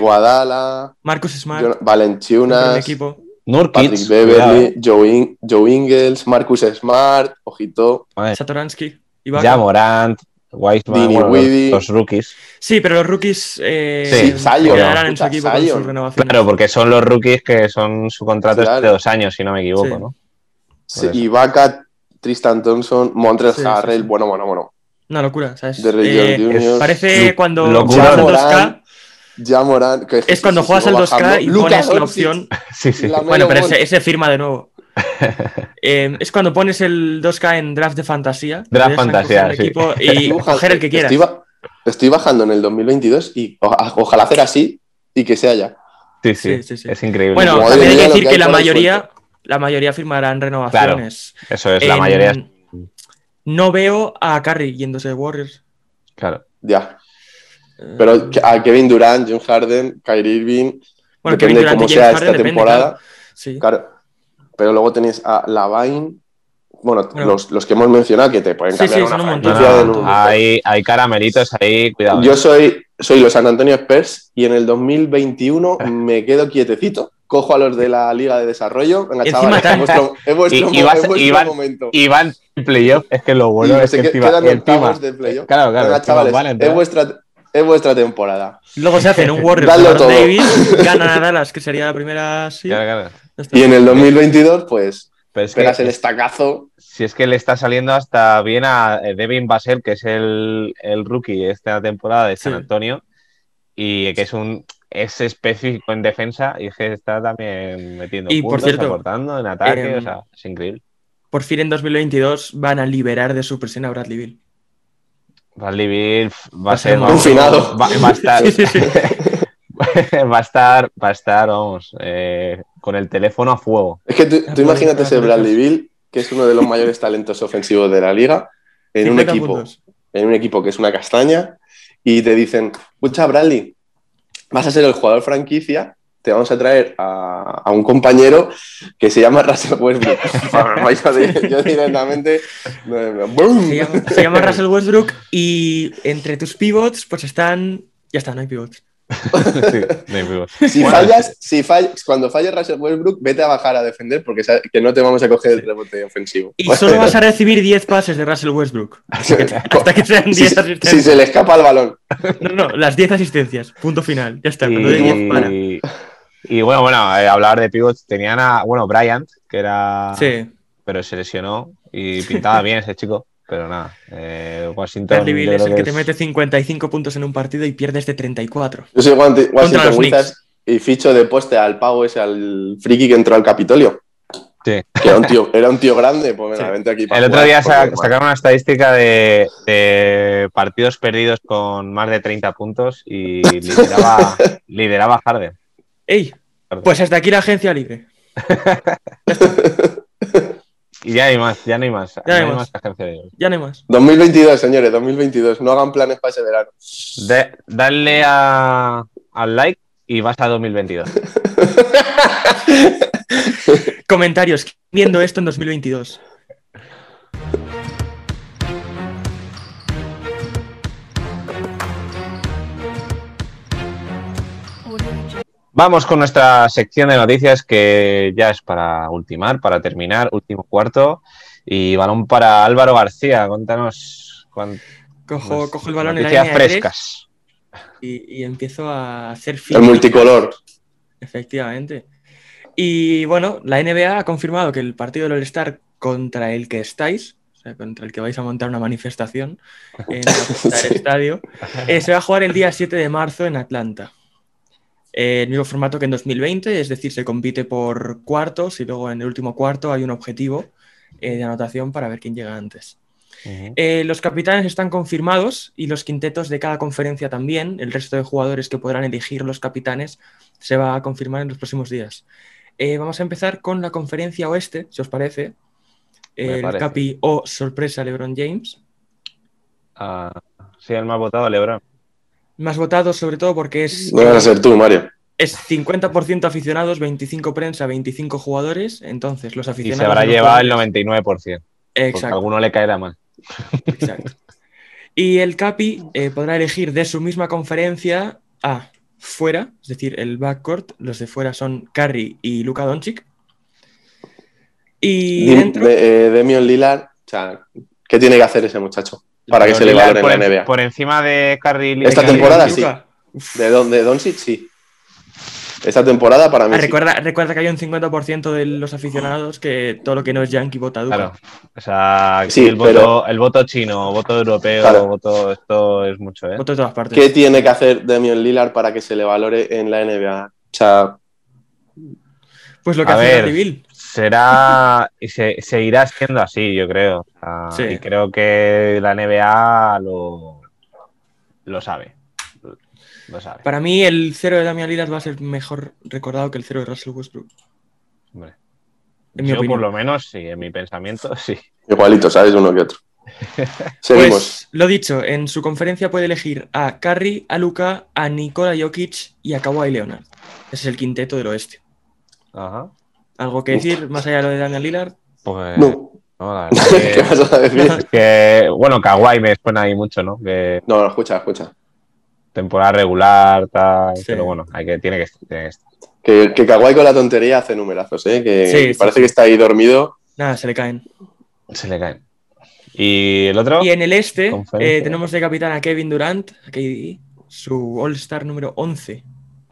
C: Iguodala,
D: Marcus Smart.
C: Jon-
D: Un
C: Valanciunas,
D: equipo.
B: Nurkic.
C: Patrick
B: cuidado, eh.
C: Beverly, Joe, In- Joe Ingles, Marcus Smart, ojito.
B: Madre
D: Satoransky.
B: mía.
D: Ibaka.
B: Ya eh. Morant, Wiseman,
C: Dini
B: bueno,
C: Widdy.
B: los, los rookies.
D: Sí, pero los rookies eh,
B: Sí,
D: se
C: Zion.
D: quedarán en su
C: Escucha,
D: equipo con
C: Zion.
D: sus renovaciones.
B: Claro, porque son los rookies que son su contrato es
C: Claro.
B: de dos años, si no me equivoco,
D: Sí.
B: ¿no?
C: Sí,
B: eso.
C: Ibaka, Tristan Thompson, Montrezl
D: Sí, sí,
C: Harrell,
D: sí.
C: bueno, bueno, bueno.
D: Una locura, ¿sabes?
C: De Ray
D: Eh,
C: Jones Jr.
D: parece cuando
B: Locura.
D: juegas al
C: Morán.
D: 2K,
C: Ya Morán. que-
D: es cuando
C: sí, sí,
D: juegas
C: sí,
D: al
C: va
D: 2K y
C: bajando. Luka
D: pones la
C: Doncic,
D: opción.
B: Sí, sí.
C: Lamelo
D: Bueno, pero
C: Ball.
D: ese, ese firma de nuevo. Eh, es cuando pones el 2K en draft de fantasía.
B: Draft
D: te dejan
B: fantasía,
D: coger un
B: sí.
D: equipo y
C: Luka-
D: coger el que quieras.
C: Estoy, ba- estoy bajando en el 2022 y oja- ojalá hacer así y que sea ya.
B: Sí,
D: Sí,
B: sí,
D: sí, sí.
B: Es increíble.
D: Bueno,
C: Madre
D: también hay que
C: mía, lo
D: decir
C: que
D: que,
C: hay
D: la
C: por ahí
D: mayoría, la mayoría firmarán renovaciones.
B: Eso
C: pues
B: es, la
D: En-
B: mayoría. es-
D: No veo a Curry yéndose de Warriors.
B: Claro.
C: Ya.
D: Eh,
C: Pero a Kevin Durant, Jim Harden, Kyrie Irving,
D: bueno,
C: depende
D: Kevin Durant y
C: cómo
D: James
C: sea
D: Harden,
C: esta
D: depende,
C: temporada.
D: claro. Sí.
C: Claro. Pero luego tenéis a Lavine. Bueno,
D: Bueno.
C: Los, los que hemos mencionado que te pueden
D: Sí,
C: cambiar
D: sí,
C: una
D: son un
B: No,
D: montón.
C: franquicia en
B: no,
C: un-
B: Ah, hay, hay caramelitos ahí, cuidado.
C: Yo
B: eh.
C: soy, soy los San Antonio Spurs y en el 2021 me quedo quietecito. Cojo a los de la Liga de Desarrollo. Venga,
D: Encima
C: chavales,
D: tal-
C: es vuestro, es vuestro,
B: Y- y vas-
C: es vuestro
B: y van-
C: momento.
B: Y van en playoff, es que lo bueno
C: Y
B: es
C: se
B: que
C: que-
B: encima.
C: quedan
B: y encima-
C: octavos de playoff.
B: Claro, claro,
C: Venga,
B: encima
C: chavales,
B: van a
C: es
B: entrar.
C: vuestra, es vuestra temporada.
D: Luego se hacen un Warriors
C: Dadlo
D: Aaron
C: todo.
D: Davis, ganan a Dallas, que sería la primera sí.
B: Claro, claro.
D: Ya está.
C: Y en el 2022, pues,
B: Pero es
C: esperas
B: que,
C: el estacazo.
B: si es que le está saliendo hasta bien a eh, Devin Basel, que es el, el rookie de esta temporada de San
D: Sí.
B: Antonio, y que es un es específico en defensa y es que está también metiendo
D: Y, por
B: puntos,
D: cierto,
B: aportando en ataque,
D: eh,
B: o sea, es increíble.
D: Por fin en 2022 van a liberar de su presión a Bradley Bill.
B: Bradley Beal va a
D: a ser
B: ser
C: confinado.
B: Va, va a estar,
D: Sí, sí, sí.
B: va a estar, va a estar, vamos, eh, con el teléfono a fuego.
C: Es que tú,
D: Ah,
C: tú imagínate
D: pues,
C: ese
D: ah,
C: Bradley
D: pues.
C: Bill, que es uno de los mayores talentos ofensivos de la liga, en un
D: 50
C: equipo.
D: puntos.
C: en un equipo que es una castaña y te dicen, escucha Bradley, vas a ser el jugador franquicia, te vamos a traer a, a un compañero que se llama Russell Westbrook. pues yo, di- yo directamente... ¡Bum!
D: Se llama, se llama Russell Westbrook y entre tus pivots pues están... Ya está, no hay pivots.
B: Sí, no hay duda.
C: Si fallas, si fallas, cuando falles Russell Westbrook, vete a bajar a defender porque sabes que no te vamos a coger el rebote ofensivo.
D: Y solo vas a recibir 10 pases de Russell Westbrook. Hasta que sean 10
C: si,
D: asistencias.
C: si se le escapa el balón.
D: No, no, las 10 asistencias. Punto final. Ya está. Cuando dé 10 para.
B: Y, y bueno, bueno, eh, hablar de pivots, tenían a, bueno, Bryant, que era,
D: Sí.
B: pero se lesionó y pintaba bien ese chico, pero nada, eh, Washington
D: Bradley Bill
B: yo
D: es el
B: creo
D: que
B: que
D: te
B: es-
D: mete 55 puntos en un partido y pierdes de 34.
C: Yo soy Wanti- Washington
D: los
C: Wizards y ficho de poste al pavo ese, al friki que entró al Capitolio.
B: Sí.
C: Que era un tío, era un tío grande, pues venga,
D: Sí.
C: vente aquí
B: El
C: para
B: otro
C: jugar,
B: día
C: porque,
B: sa-
C: bueno,
B: sacaron una estadística de, de partidos perdidos con más de 30 puntos y lideraba, lideraba Harden.
D: ¡Ey! Pues hasta aquí la agencia libre.
B: Y ya no hay más, ya no hay más.
D: Ya no hay
B: no hay
D: más.
B: más agencia de-
D: Ya no hay más.
C: 2022, señores, 2022. No hagan planes para ese verano.
B: de- Dale a- al like y vas a 2022.
D: Comentarios. ¿Quién Viendo esto en 2022.
B: Vamos con nuestra sección de noticias que ya es para ultimar, para terminar, último cuarto. Y balón para Álvaro García. Cuéntanos cuán-
D: Cojo,
B: Pues,
D: cojo el balón en la
B: noticias
D: línea de tres
B: frescas.
D: y, y empiezo a hacer
C: El
D: físico.
C: multicolor.
D: Efectivamente. Y bueno, la NBA ha confirmado que el partido del All-Star contra el que estáis, o sea, contra el que vais a montar una manifestación en la puerta del
C: Sí.
D: estadio, eh, se va a jugar el día 7 de marzo en Atlanta. Eh, el mismo formato que en 2020, es decir, se compite por cuartos y luego en el último cuarto hay un objetivo eh, de anotación para ver quién llega antes. Eh, los capitanes están confirmados y los quintetos de cada conferencia también. El resto de jugadores que podrán elegir los capitanes se va a confirmar en los próximos días. Eh, vamos a empezar con la conferencia oeste, si os parece.
B: Me
D: el
B: parece.
D: capi o sorpresa LeBron James.
B: Ah, sí, el más votado, Lebron.
D: Más votado sobre todo porque es,
C: No vas a ser tú, Mario.
D: es 50% aficionados, 25 prensa, 25 jugadores. Entonces los
B: Y
D: aficionados...
B: se habrá
D: no
B: llevado el
D: pueden-
B: 99%. Porque a
D: Exacto.
B: alguno le caerá mal.
D: Exacto. Y el Capi eh, podrá elegir de su misma conferencia a fuera, es decir, el backcourt. Los de fuera son Curry y Luka Doncic. Y
C: Dim-
D: dentro,
C: de- eh, Damian Lillard, o sea, ¿qué tiene que hacer ese muchacho para que se le
B: Lillard
C: valore en
B: por,
C: la
B: en-
C: NBA?
B: por encima de Curry y
C: Esta
B: Lillard.
C: temporada sí.
D: Luka.
C: De, Don- de Doncic, sí. Esta temporada para mí
D: Ah,
C: sí.
D: recuerda, recuerda que hay un 50% de los aficionados que todo lo que no es Yankee vota a Luka.
B: Claro. O sea, aquí
C: Sí,
B: el, voto,
C: pero-
B: el voto chino, voto europeo,
C: Claro.
B: voto. Esto es mucho, ¿eh?
D: Vota de todas partes.
C: ¿Qué tiene que hacer Damian Lillard para que se le valore en la NBA? O sea,
D: Pues lo que
B: A
D: hace
B: ver.
D: Bradley Beal.
B: Será. y se, seguirá siendo así, yo creo. O sea,
D: Sí.
B: Y creo que la NBA lo, lo sabe. Lo sabe.
D: Para mí, el cero de Damian Lillard va a ser mejor recordado que el cero de Russell Westbrook.
B: Hombre.
D: En mi
B: Yo, por
D: opinión.
B: lo menos, sí, en mi pensamiento, sí.
C: igualito, ¿sabes? Uno que otro. Seguimos.
D: Pues lo dicho, en su conferencia puede elegir a Curry, a Luca, a Nikola Jokic y a Kawhi Leonard. Ese es el quinteto del oeste.
B: Ajá.
D: ¿Algo que decir más allá de lo de Daniel Lillard?
B: Pues.
C: no.
B: no, la verdad
D: eh,
C: ¿Qué
B: que,
C: vas a decir?
B: que, Bueno, Kawhi me suena ahí mucho, ¿no? Que
C: No, no, escucha, escucha.
B: temporada regular, tal.
D: Sí.
B: Pero bueno, hay que, tiene que estar. Tiene que estar.
C: Que, que Kawhi con la tontería hace numerazos, ¿eh? Que
D: Sí, sí,
C: parece
D: sí.
C: que está ahí dormido.
D: Nada, se le caen.
B: Se le caen. ¿Y el otro?
D: Y en el este
B: Conferencia.
D: eh, tenemos de capitán a Kevin Durant, a KD, su All-Star número 11.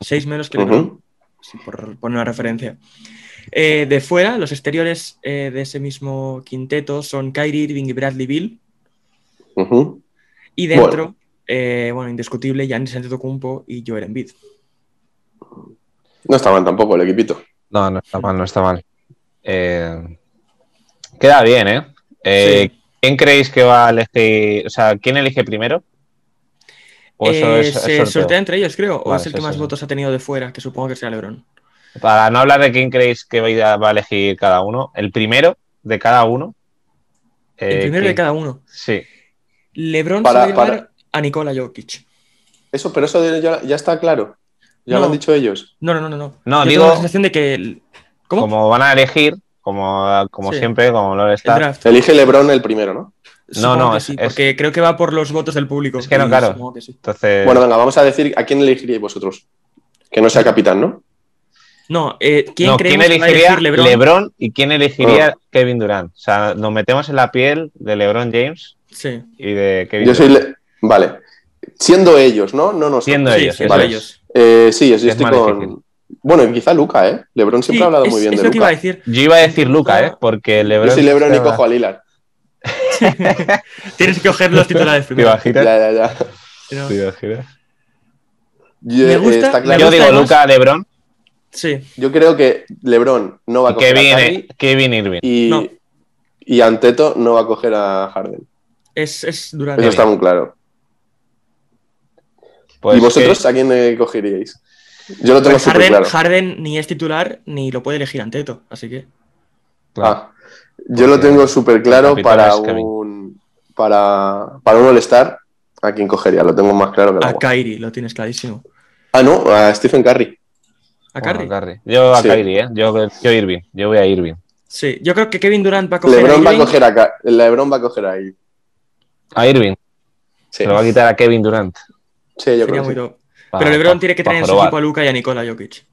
D: Seis menos que LeBron,
C: Ujú.
D: sí, por poner una referencia. Eh, de fuera, los exteriores eh, de ese mismo quinteto son Kyrie Irving y Bradley Beal.
C: Ujú.
D: Y
C: Bueno.
D: dentro, eh, bueno, indiscutible, Giannis Antetokounmpo y Joel Embiid.
C: No está mal tampoco el equipito.
B: No, no está mal, no está mal. Eh, queda bien, ¿eh? Eh,
D: Sí.
B: ¿Quién creéis que va a elegir? O sea, ¿quién elige primero? ¿O eso
D: Eh,
B: es, es
D: se
B: sorteo?
D: sortea entre ellos, creo. o
B: Vale,
D: es el
B: sí,
D: que más
B: sí, sí.
D: votos ha tenido de fuera, que supongo que será Lebron.
B: Para no hablar de quién creéis que vais a- va a elegir cada uno, el primero de cada uno.
D: El
B: eh,
D: primero de
B: ¿quién-
D: cada uno.
B: Sí,
D: Lebron
C: Para-
D: se va a llevar
C: para.
D: a Nikola Jokic.
C: Eso, pero eso de- ya, ya está claro. Ya lo
D: No.
C: han dicho ellos.
D: No, no, no, no. No,
B: No,
D: Yo
B: digo-
D: tengo la sensación de que. el- ¿Cómo?
B: como van a elegir, como, como
D: Sí.
B: siempre, como lo
D: El
B: está.
D: draft.
C: Elige LeBron el primero, ¿no?
D: Supongo
B: no,
D: que
B: es-
D: sí,
B: es-
D: porque creo que va por los votos del público.
B: Es que no,
D: y
B: claro.
D: supongo que sí.
B: Entonces,
C: Bueno, venga, vamos a decir a quién elegiríais vosotros. Que no sea capitán, ¿no?
D: No, eh, ¿quién
B: no,
D: creemos que va a
B: elegiría
D: elegir Lebron?
B: y quién elegiría
C: Oh.
B: Kevin Durant? O sea, nos metemos en la piel de LeBron James
D: Sí,
B: y de
D: Eh.
B: Kevin
C: Yo soy.
B: Durant.
C: le- Vale. Siendo ellos, ¿no? No nosotros.
B: Siendo
D: sí,
B: ellos,
D: sí,
C: vale.
D: son ellos.
C: Eh, sí, yo, yo
B: Es
C: estoy
B: más
C: con.
B: difícil.
C: Bueno, quizá Luca, ¿eh? Lebron siempre
D: Sí,
C: ha hablado
D: es,
C: muy bien
D: es
C: de
D: lo que iba a
C: Luca.
D: decir.
B: Yo iba a decir Luca, ¿eh? Porque LeBron.
C: Yo soy Lebron y
B: Estaba-
C: cojo a Lilar.
D: Tienes que coger los titulares
B: ¿Te
D: primero.
C: Ya,
B: imaginas?
C: ya, ya.
D: si no-
B: ¿Te imaginas?
C: Yo,
D: Me
C: eh,
D: gusta-
C: está
D: me
B: Yo
C: claro. Yo,
D: gusta
B: digo
D: además-
B: Luca, LeBron
D: Sí,
C: creo que Lebron no va a
B: y
C: coger a
B: Kevin,
C: Curry
B: Kevin Irving.
C: y,
D: eh, No.
C: y Anteto no va a coger a Harden.
D: es, es Durant.
C: Eso está muy claro.
B: Pues
C: ¿Y vosotros
B: que-
C: a quién eh, cogeríais? Yo lo tengo
D: Pues
C: súper
D: Harden,
C: claro.
D: Harden ni es titular ni lo puede elegir Anteto, así que.
B: claro,
C: Ah, yo lo
B: Porque
C: tengo súper claro
B: el capitán
C: para
B: es Kevin.
C: un, para, para un All-Star. ¿A quién cogería? Lo tengo más claro que
D: A
C: la agua.
D: Kairi, lo tienes clarísimo.
C: Ah, no, a Stephen Curry.
D: A
B: bueno,
D: Curry.
B: Curry. Yo a
C: Sí.
B: Kyrie, ¿eh? Yo, yo Irving. Yo voy a Irving.
D: Sí, yo creo que Kevin Durant va a coger.
C: LeBron
D: a
C: va a
D: Irving.
C: coger a Ca- LeBron va a coger ahí.
B: A Irving.
C: Sí,
B: Se lo va a quitar a Kevin Durant.
C: sí yo
D: Sería
C: creo
D: muy
C: que sí.
D: top.
B: Pa-
D: Pero LeBron
B: pa-
D: tiene que
B: pa
D: tener en su
B: jorobar.
D: equipo a Luca y a Nikola Jokic.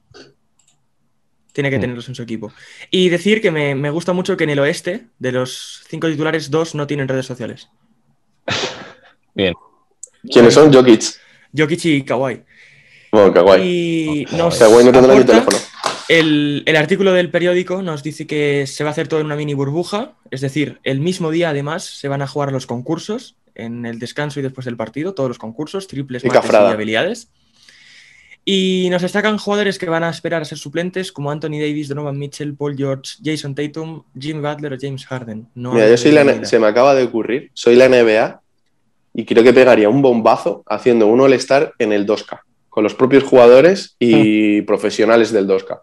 D: Tiene que
B: Mm.
D: tenerlos en su equipo. Y decir que me, me gusta mucho que en el oeste, de los cinco titulares, dos no tienen redes sociales.
B: Bien.
C: ¿Quiénes son? Jokic.
D: Jokic y Kawhi.
C: Bueno, Kawhi.
D: Y
C: O
D: nos
C: sea, Kawhi no tendrá ni
D: aporta-
C: teléfono.
D: El, el artículo del periódico nos dice que se va a hacer todo en una mini burbuja, es decir, el mismo día además se van a jugar los concursos, en el descanso y después del partido, todos los concursos, triples,
C: Qué
D: mates y
C: cafrada.
D: habilidades. Y nos destacan jugadores que van a esperar a ser suplentes como Anthony Davis, Donovan Mitchell, Paul George, Jason Tatum, Jim Butler o James Harden. No
C: Mira,
D: hay
C: yo soy la,
D: medida.
C: se me acaba de ocurrir, soy la NBA y creo que pegaría un bombazo haciendo un All-Star en el 2K, con los propios jugadores y
B: Hmm.
C: profesionales del 2K.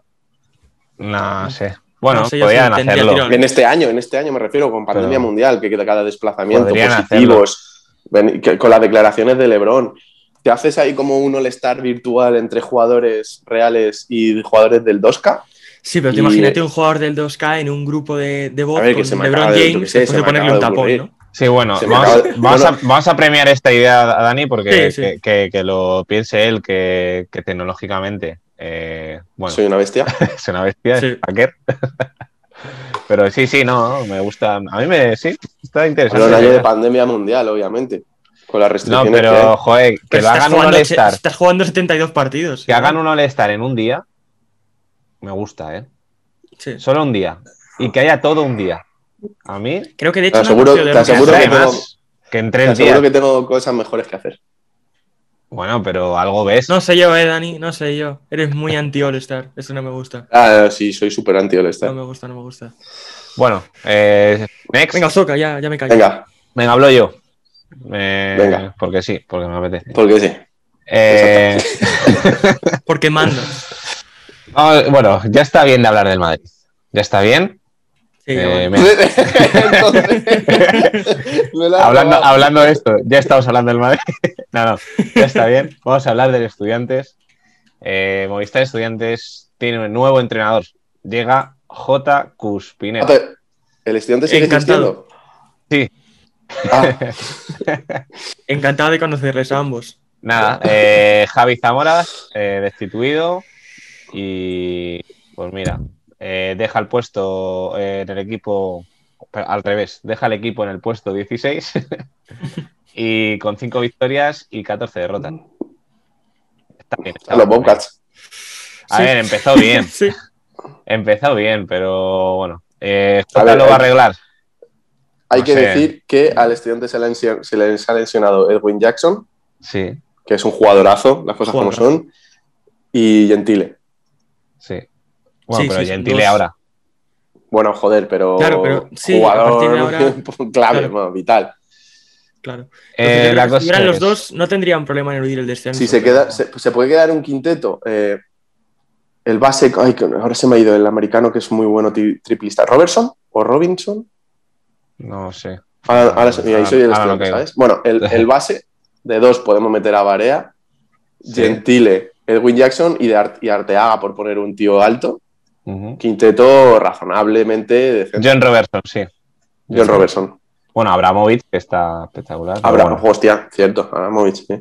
B: No sé. Bueno,
D: No sé, yo
B: podían
D: tendría
B: hacerlo.
D: tirón.
C: En este año, en este año me refiero, con pandemia
B: Pero-
C: mundial, que cada desplazamiento,
B: Podrían
C: positivos, ven- que- con las declaraciones de Lebron. ¿Te haces ahí como un All-Star virtual entre jugadores reales y jugadores del 2K?
D: Sí, pero tú
C: Y-
D: imagínate un jugador del 2K en un grupo de, de voz
C: A ver, que
D: con
C: se me
D: LeBron
C: acaba de- yo
D: James
C: qué sé,
D: después
C: se
D: de
C: me
D: ponerle
C: acaba
D: un
C: de
D: tapón,
C: ocurrir.
D: ¿no?
B: Sí, bueno,
C: Se me
B: vamos,
C: acaba de-
B: vamos
C: bueno.
B: a, vamos a premiar esta idea a Dani porque
D: Sí, sí.
B: Que, que- que lo piense él, que, que tecnológicamente, eh, bueno,
C: Soy una bestia.
B: es una bestia, es
D: Sí.
B: hacker. Pero sí, sí, no, me gusta. A mí me, sí, está
C: Pero un
B: interesante.
C: año de pandemia mundial, obviamente, con las
B: no,
C: restricciones que hay.
B: pero, joder, que
D: Pero
B: lo hagan un
D: jugando,
B: All-Star.
D: estás jugando 72 partidos.
B: Que
D: ¿no?
B: hagan un All-Star en un día, me gusta, ¿eh?
D: Sí.
B: Solo un día. Y que haya todo un día. A mí,
D: Creo que de
C: Te
D: hecho no
C: aseguro-
D: nació de
C: te
D: Rusia.
C: aseguro
B: que,
C: que tengo-
B: más que en
C: Te
B: tres días.
C: aseguro que tengo cosas mejores que hacer.
B: Bueno, pero algo ves.
D: No sé yo, eh, Dani, no sé yo. Eres muy anti All Star. Eso no me gusta.
C: Ah, sí, soy súper anti
D: No
C: All-Star.
D: me gusta, no me gusta.
B: Bueno, eh, next.
D: Venga, Soca, ya, ya me callo.
C: Venga,
B: Venga, hablo yo. Eh,
C: Venga.
B: Porque sí, porque me apetece.
C: porque sí.
B: Eh,
D: Porque mando.
B: vamos- ah, bueno, ya está bien de hablar del Madrid. Ya está bien.
D: Sí,
B: Eh,
D: bueno.
B: mira,
C: Entonces, me la has
B: hablando,
C: robado.
B: hablando de esto, ya estamos hablando del Madrid. No, no, ya está bien. Vamos a hablar del Estudiantes. Eh, Movistar Estudiantes tiene un nuevo entrenador. Llega J.
C: Ah,
B: Cuspinero.
C: pero El estudiante sigue
D: Encantado.
B: Sí.
C: existiendo. Ah,
D: Encantado de conocerles a ambos.
B: Nada, eh, Javi Zamora, eh, destituido. Y pues mira, eh, deja el puesto eh, en el equipo, pero al revés, deja el equipo en el puesto 16 y con 5 victorias y 14 derrotas. Está bien. está
C: a los
B: bien.
C: Bobcats.
B: A
D: Sí.
B: ver, empezó bien,
D: Sí.
B: empezó bien, pero bueno, eh,
C: A
B: Jota
C: ver,
B: lo va a
C: hay-
B: arreglar.
C: Hay
B: No
C: que
B: sé.
C: decir que al estudiante se le, han lesión- se le ha lesionado Edwin Jackson,
B: Sí,
C: que es un jugadorazo, las cosas como
D: Jugadorazo.
C: son, y Gentile.
B: sí. Bueno,
D: Sí,
B: pero
D: sí,
B: Gentile
D: dos-
B: ahora.
C: Bueno, joder, pero,
D: Claro, pero sí, a partir
C: jugador
D: de ahora-
C: clave,
D: Claro.
C: bueno, vital.
D: Claro.
B: Eh,
D: Entonces,
B: la
D: si
B: cosa
D: estuvieran los
B: es-
D: dos, no tendrían problema en eludir el descenso.
C: Si se queda, se, pues, se puede quedar un quinteto. eh, el base, ay, que ahora se me ha ido el americano que es muy bueno ti- triplista. ¿Robertson o Robinson?
B: No sé.
C: Ahora, ahora se- mira, ahí soy el
B: Ah, Ahora lo
C: estudiante,
B: creo.
C: ¿sabes? Bueno, el, el base de dos podemos meter a Barea,
B: Sí.
C: Gentile, Edwin Jackson y, de Ar- y Arteaga por poner un tío alto.
B: Ujú.
C: Quinteto razonablemente decente.
B: John Robertson, sí.
C: John Robertson.
B: Bueno, Abramovich, que está espectacular. pero
C: Habrá,
B: bueno.
C: hostia, cierto, Abramovich, sí.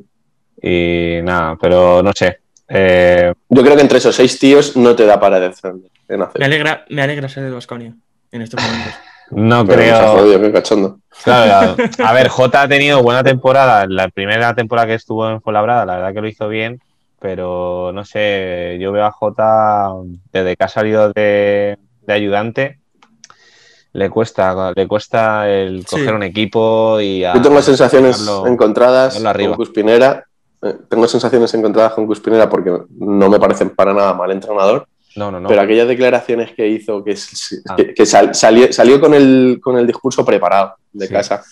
B: Y nada, pero no sé. Eh,
C: Yo creo que entre esos seis tíos no te da para defender. En hacer.
D: Me alegra, me alegra ser de Basconia en estos momentos.
B: no
C: Pero nos ha
B: creo.
C: jodido, qué cachondo.
B: Claro, a ver, Jota ha tenido buena temporada. La primera temporada que estuvo en Fuenlabrada, la verdad que lo hizo bien. Pero no sé, yo veo a Jota desde que ha salido de, de ayudante. Le cuesta, le cuesta el
D: Sí.
B: coger un equipo y a-
C: Yo tengo sensaciones
B: sacarlo-
C: encontradas
B: sacarlo arriba.
C: con Cuspinera. Eh, Tengo sensaciones encontradas con Cuspinera porque no me parecen para nada mal entrenador.
B: No, no, no.
C: Pero aquellas declaraciones que hizo, que, s-
B: Ah.
C: que, que sal- salió, salió con, el, con el discurso preparado de
B: Sí.
C: casa,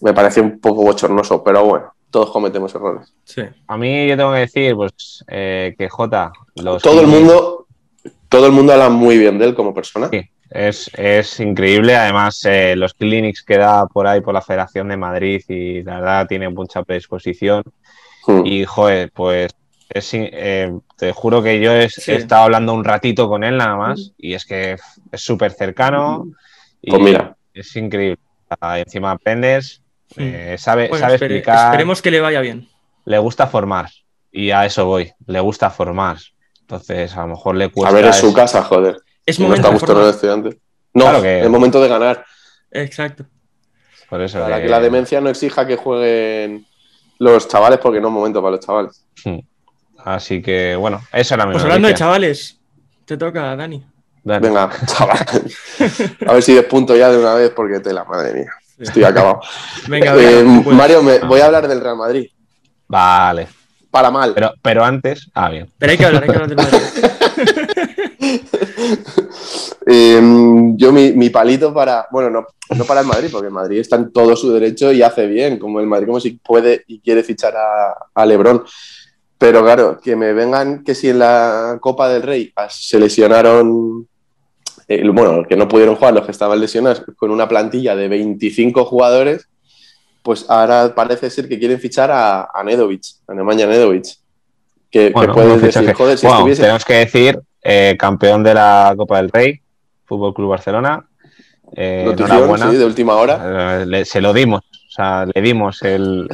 C: me parece un poco bochornoso. Pero bueno, todos cometemos errores.
D: Sí.
B: A mí yo tengo que decir, pues, eh, que Jota, los
C: todo el mundo, todo el mundo habla muy bien de él como persona.
B: Sí, es, es increíble. Además, eh, los clinics que da por ahí por la Federación de Madrid y la verdad tiene mucha predisposición.
C: Hmm.
B: Y, joder, pues es in- eh, te juro que yo he, he
D: Sí.
B: estado hablando un ratito con él nada más y es que es súper cercano. Y
C: Pues mira.
B: Es increíble. Ah, Encima aprendes,
D: Mm.
B: eh, sabe,
D: Bueno,
B: sabe
D: espere-
B: explicar,
D: esperemos que le vaya bien.
B: le gusta formar y a eso voy, le gusta formar. Entonces, a lo mejor le cuesta.
C: a ver, es su
B: eso.
C: casa, joder.
D: Es
C: No
D: momento
C: está a
D: de
C: gusto en el
D: formar.
C: estudiante. No,
B: Claro que-
C: es momento de ganar.
D: Exacto.
B: Por eso.
C: Para
B: que-
C: que la demencia no exija que jueguen los chavales, porque no es momento para los chavales.
B: Así que, bueno, eso era mi
D: Pues hablando de
B: noticia.
D: chavales, te toca, Dani.
B: Dale.
C: Venga, chaval. A ver si despunto ya de una vez, porque tela, madre mía. Estoy acabado.
D: Venga, pues,
C: Eh,
D: venga, tú puedes.
C: Mario, me-
B: Ah.
C: voy a hablar del Real Madrid.
B: Vale.
C: Para mal.
B: Pero, pero antes. Ah, bien.
D: Pero hay que hablar, hay que hablar del Madrid.
C: Eh, yo mi, mi palito para, bueno, no, no para el Madrid, porque el Madrid está en todo su derecho y hace bien, como el Madrid, como si puede y quiere fichar a, a Lebron. Pero claro, que me vengan que si en la Copa del Rey ah, se lesionaron, eh, bueno, los que no pudieron jugar, los que estaban lesionados, con una plantilla de 25 jugadores, pues ahora parece ser que quieren fichar a, a Nedovic, a Nemanja Nedovic. Que, que
B: Bueno,
C: puedes
B: un
C: decir,
B: fichaje.
C: joder, si
B: Bueno,
C: estuviese...
B: tenemos que decir eh, campeón de la Copa del Rey, Fútbol Club Barcelona. Eh,
C: notición,
B: enhorabuena.
C: sí, de última hora.
B: Eh, le- se lo dimos. O sea, le dimos el.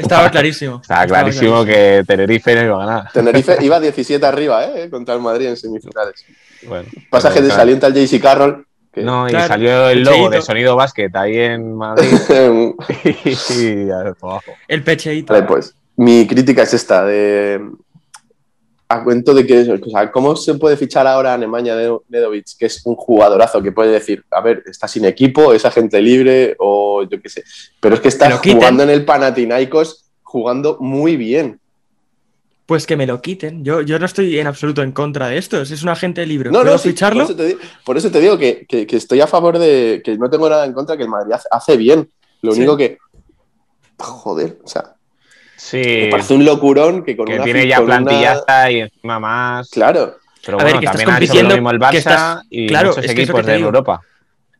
D: Estaba clarísimo.
B: Estaba clarísimo que Tenerife no iba a ganar.
C: Tenerife iba 17 arriba, ¿eh? Contra el Madrid en semifinales.
B: Bueno,
C: Pasa que
B: pero
C: te
B: claro.
C: salienta el JC Carroll. Que
B: No, y
D: Claro,
B: salió el logo
D: Cheito.
B: de Sonido Basket ahí en Madrid.
C: vale,
B: y a ver, por abajo.
D: El pecheíto.
C: pues mi crítica es esta: de. A cuento de que. O sea, ¿cómo se puede fichar ahora a Nemanja Ned- Nedovic, que es un jugadorazo que puede decir, a ver, está sin equipo, es agente libre o yo qué sé. Pero es que
D: Que
C: está
D: lo quiten.
C: jugando en el Panathinaikos, jugando muy bien.
D: Pues que me lo quiten. Yo, yo no estoy en absoluto en contra de esto. Si es un agente libre,
C: No,
D: ¿puedo
C: no, sí,
D: ficharlo?
C: Por eso te, di- por eso te digo que, que- que estoy a favor de. que no tengo nada en contra, que el Madrid hace, hace bien. Lo
D: Sí.
C: único que. Joder, o sea,
B: Sí,
D: Eh,
C: me parece un locurón que con
B: que
C: una.
B: tiene
C: fi-
B: ya
C: con una-
B: plantillaza y encima más.
C: Claro,
B: Pero
D: A ver,
B: bueno,
D: que estás
B: también ha hecho lo
D: compitiendo,
B: mismo el
D: que
B: Barça
D: estás-
B: y
D: claro,
B: muchos
D: es que es lo
B: equipos
D: que te
B: de
D: digo.
B: Europa.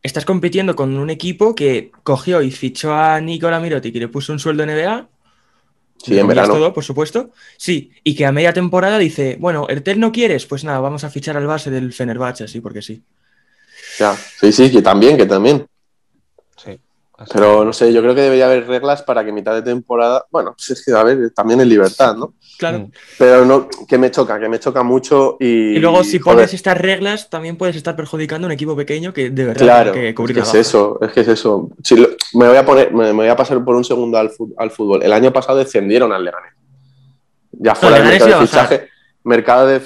D: Estás compitiendo con un equipo que cogió y fichó a Nikola Mirotic y le puso un sueldo NBA.
C: sí, en
D: entre comillas,
C: verano.
D: todo, por supuesto. Sí, y que a media temporada dice, bueno, Ertel no quieres, pues nada, vamos a fichar al base del Fenerbahce, así porque sí.
C: ya. Sí, sí, que también, que también.
B: Sí. Así
C: Pero no sé, yo creo que debería haber reglas para que mitad de temporada. Bueno, sí, es que, a ver, también en libertad, ¿no?
D: Claro.
B: Mm.
C: Pero no, que me choca, que me choca mucho y.
D: Y luego, si
C: joder,
D: pones estas reglas, también puedes estar perjudicando a un equipo pequeño que de verdad
C: Claro,
D: tiene que
C: es
D: cubrir
C: que
D: la
C: es
D: baja.
C: eso, es que es eso. Si lo- me, voy a poner, me, me voy a pasar por un segundo al, fu- al fútbol. El año pasado descendieron al Leganés. Ya fuera del
D: Leganés
C: mercado
D: iba
C: de
D: a bajar.
C: fichaje, mercado de,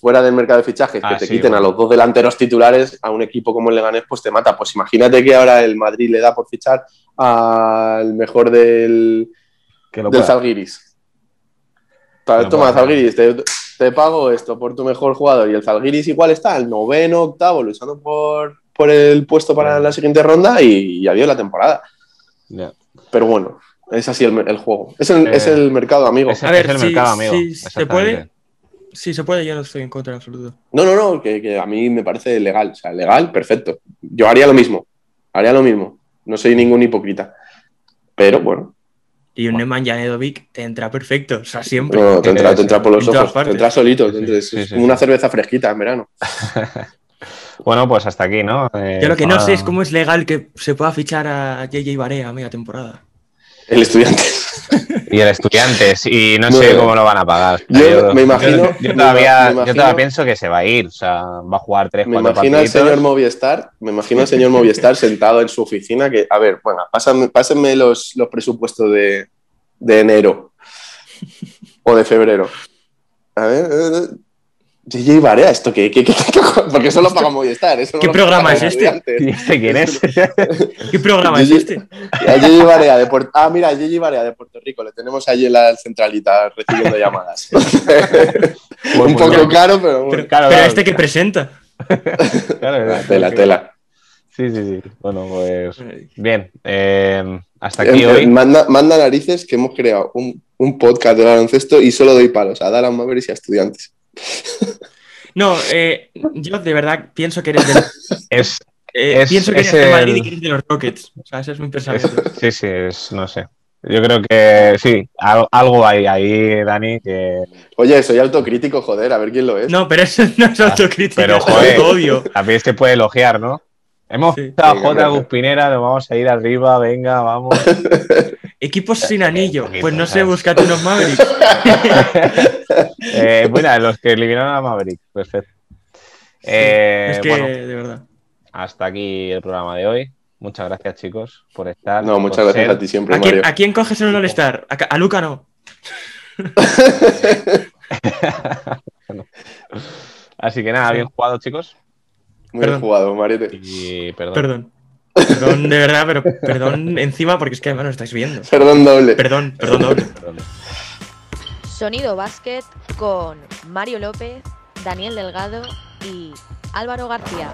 C: fuera del mercado de fichajes,
B: Ah,
C: que te
B: sí,
C: quiten
B: bueno.
C: a los dos delanteros titulares a un equipo como el Leganés, pues te mata. Pues imagínate que ahora el Madrid le da por fichar al mejor del,
B: que lo
C: del
B: pueda.
C: Zalgiris. Ta-
B: No
C: Toma,
B: puedo.
C: Zalgiris, te, te pago esto por tu mejor jugador. Y el Zalgiris igual está al noveno, octavo, luchando por, por el puesto para la siguiente ronda y, y adiós la temporada.
B: Ya.
C: Pero bueno, es así el, mer- el juego. Es el,
B: Eh,
C: es el mercado, amigo.
B: Ese-
D: A ver,
B: es el
D: si-
B: mercado, amigo.
D: si se
B: Exactamente.
D: puede. Sí, se puede, yo no estoy en contra en absoluto.
C: No, no, no, que, que a mí me parece legal. O sea, legal, perfecto. Yo haría lo mismo. Haría lo mismo. No soy ningún hipócrita. Pero bueno,
D: Y un
B: Bueno.
D: Neman Janedovic te entra perfecto, o sea, siempre.
C: no,
B: eh,
C: te entra, te entra por los
D: En todas
C: ojos. Te
D: partes.
C: entra solito.
B: Sí,
C: entonces,
B: sí,
C: es
B: sí,
C: como una
B: sí.
C: cerveza fresquita en verano.
B: Bueno, pues hasta aquí, ¿no? Eh,
D: Yo lo que no
B: ah,
D: sé es cómo es legal que se pueda fichar a JJ Barea a media temporada.
C: El estudiante.
B: Y el estudiante, y no,
C: No,
B: sé
C: no.
B: cómo lo van a pagar.
C: Yo me imagino-
B: Yo,
C: me
B: todavía,
C: imagino-
B: yo todavía pienso que se va a ir. O sea, va a jugar tres,
C: Me
B: cuatro
C: imagino al
B: partiditos.
C: señor Movistar, me imagino al señor Movistar sentado en su oficina que, a ver, bueno, pásenme, pásenme los, los presupuestos de, de enero o de febrero. A ver, eh, eh, JJ Barea, esto que, porque eso lo paga Movistar. eso no
D: ¿Qué
C: lo
D: programa
C: paga
D: es
C: el
D: este?
C: estudiante.
B: ¿Y este quién es?
D: ¿Qué programa es
C: Yo- pues,
D: este?
C: A JJ Barea de Puerto, ah, mira, a JJ Barea de Puerto Rico, le tenemos allí en la centralita recibiendo llamadas.
B: Buen
C: Un poco
B: mundial.
C: caro, pero bueno.
B: Pero- claro,
D: Pero
B: claro,
D: este que presenta.
B: claro,
C: La
B: claro,
C: Ah, tela,
B: claro.
C: tela.
B: Sí, sí, sí. Bueno, pues bien. eh, hasta
C: En
B: aquí
C: fin,
B: hoy.
C: Manda, manda narices que hemos creado un, un podcast de baloncesto y solo doy palos a Dallas Mavericks y a estudiantes.
D: No, eh, yo de verdad pienso que eres del,
B: Es,
D: eh,
B: Es-
D: pienso que
B: es
D: eres de Madrid
B: el-
D: y que eres de los Rockets. O sea, ese es mi pensamiento.
B: Sí, sí, es, no sé. Yo creo que sí, al- algo hay ahí, Dani, que
C: Oye, soy autocrítico, joder, a ver quién lo es.
D: No, pero eso no es autocrítica,
B: Ah, pero,
D: es
B: joder.
D: odio.
B: también se puede elogiar, ¿no? Hemos
D: Sí.
B: fichado a
C: Venga,
B: J.
C: venga.
B: Guspinera, nos vamos a ir arriba, venga, vamos.
D: Equipos
B: Eh,
D: sin anillo.
B: poquito,
D: Pues no sé,
B: ¿sabes?
D: búscate unos Mavericks.
B: Eh, bueno, los que eliminaron a Maverick, perfecto. Eh,
D: es que,
B: Bueno,
D: de verdad.
B: hasta aquí el programa de hoy. Muchas gracias, chicos, por estar.
C: Ah, No,
B: por
C: muchas gracias
B: ser. ah,
C: a ti siempre,
D: ¿A quién,
C: Mario.
D: a quién coges el All-Star? A, Ca- a Luca no.
B: Así que nada,
D: Sí.
B: bien jugado, chicos.
C: Muy bien
D: Perdón.
C: jugado, Mario. Te-
B: Y perdón.
D: Perdón. Perdón, de verdad, pero perdón encima porque es que además no estáis viendo.
C: Perdón doble.
D: Perdón, perdón doble.
B: Perdón.
A: Sonido Basket con Mario López, Daniel Delgado y Álvaro García.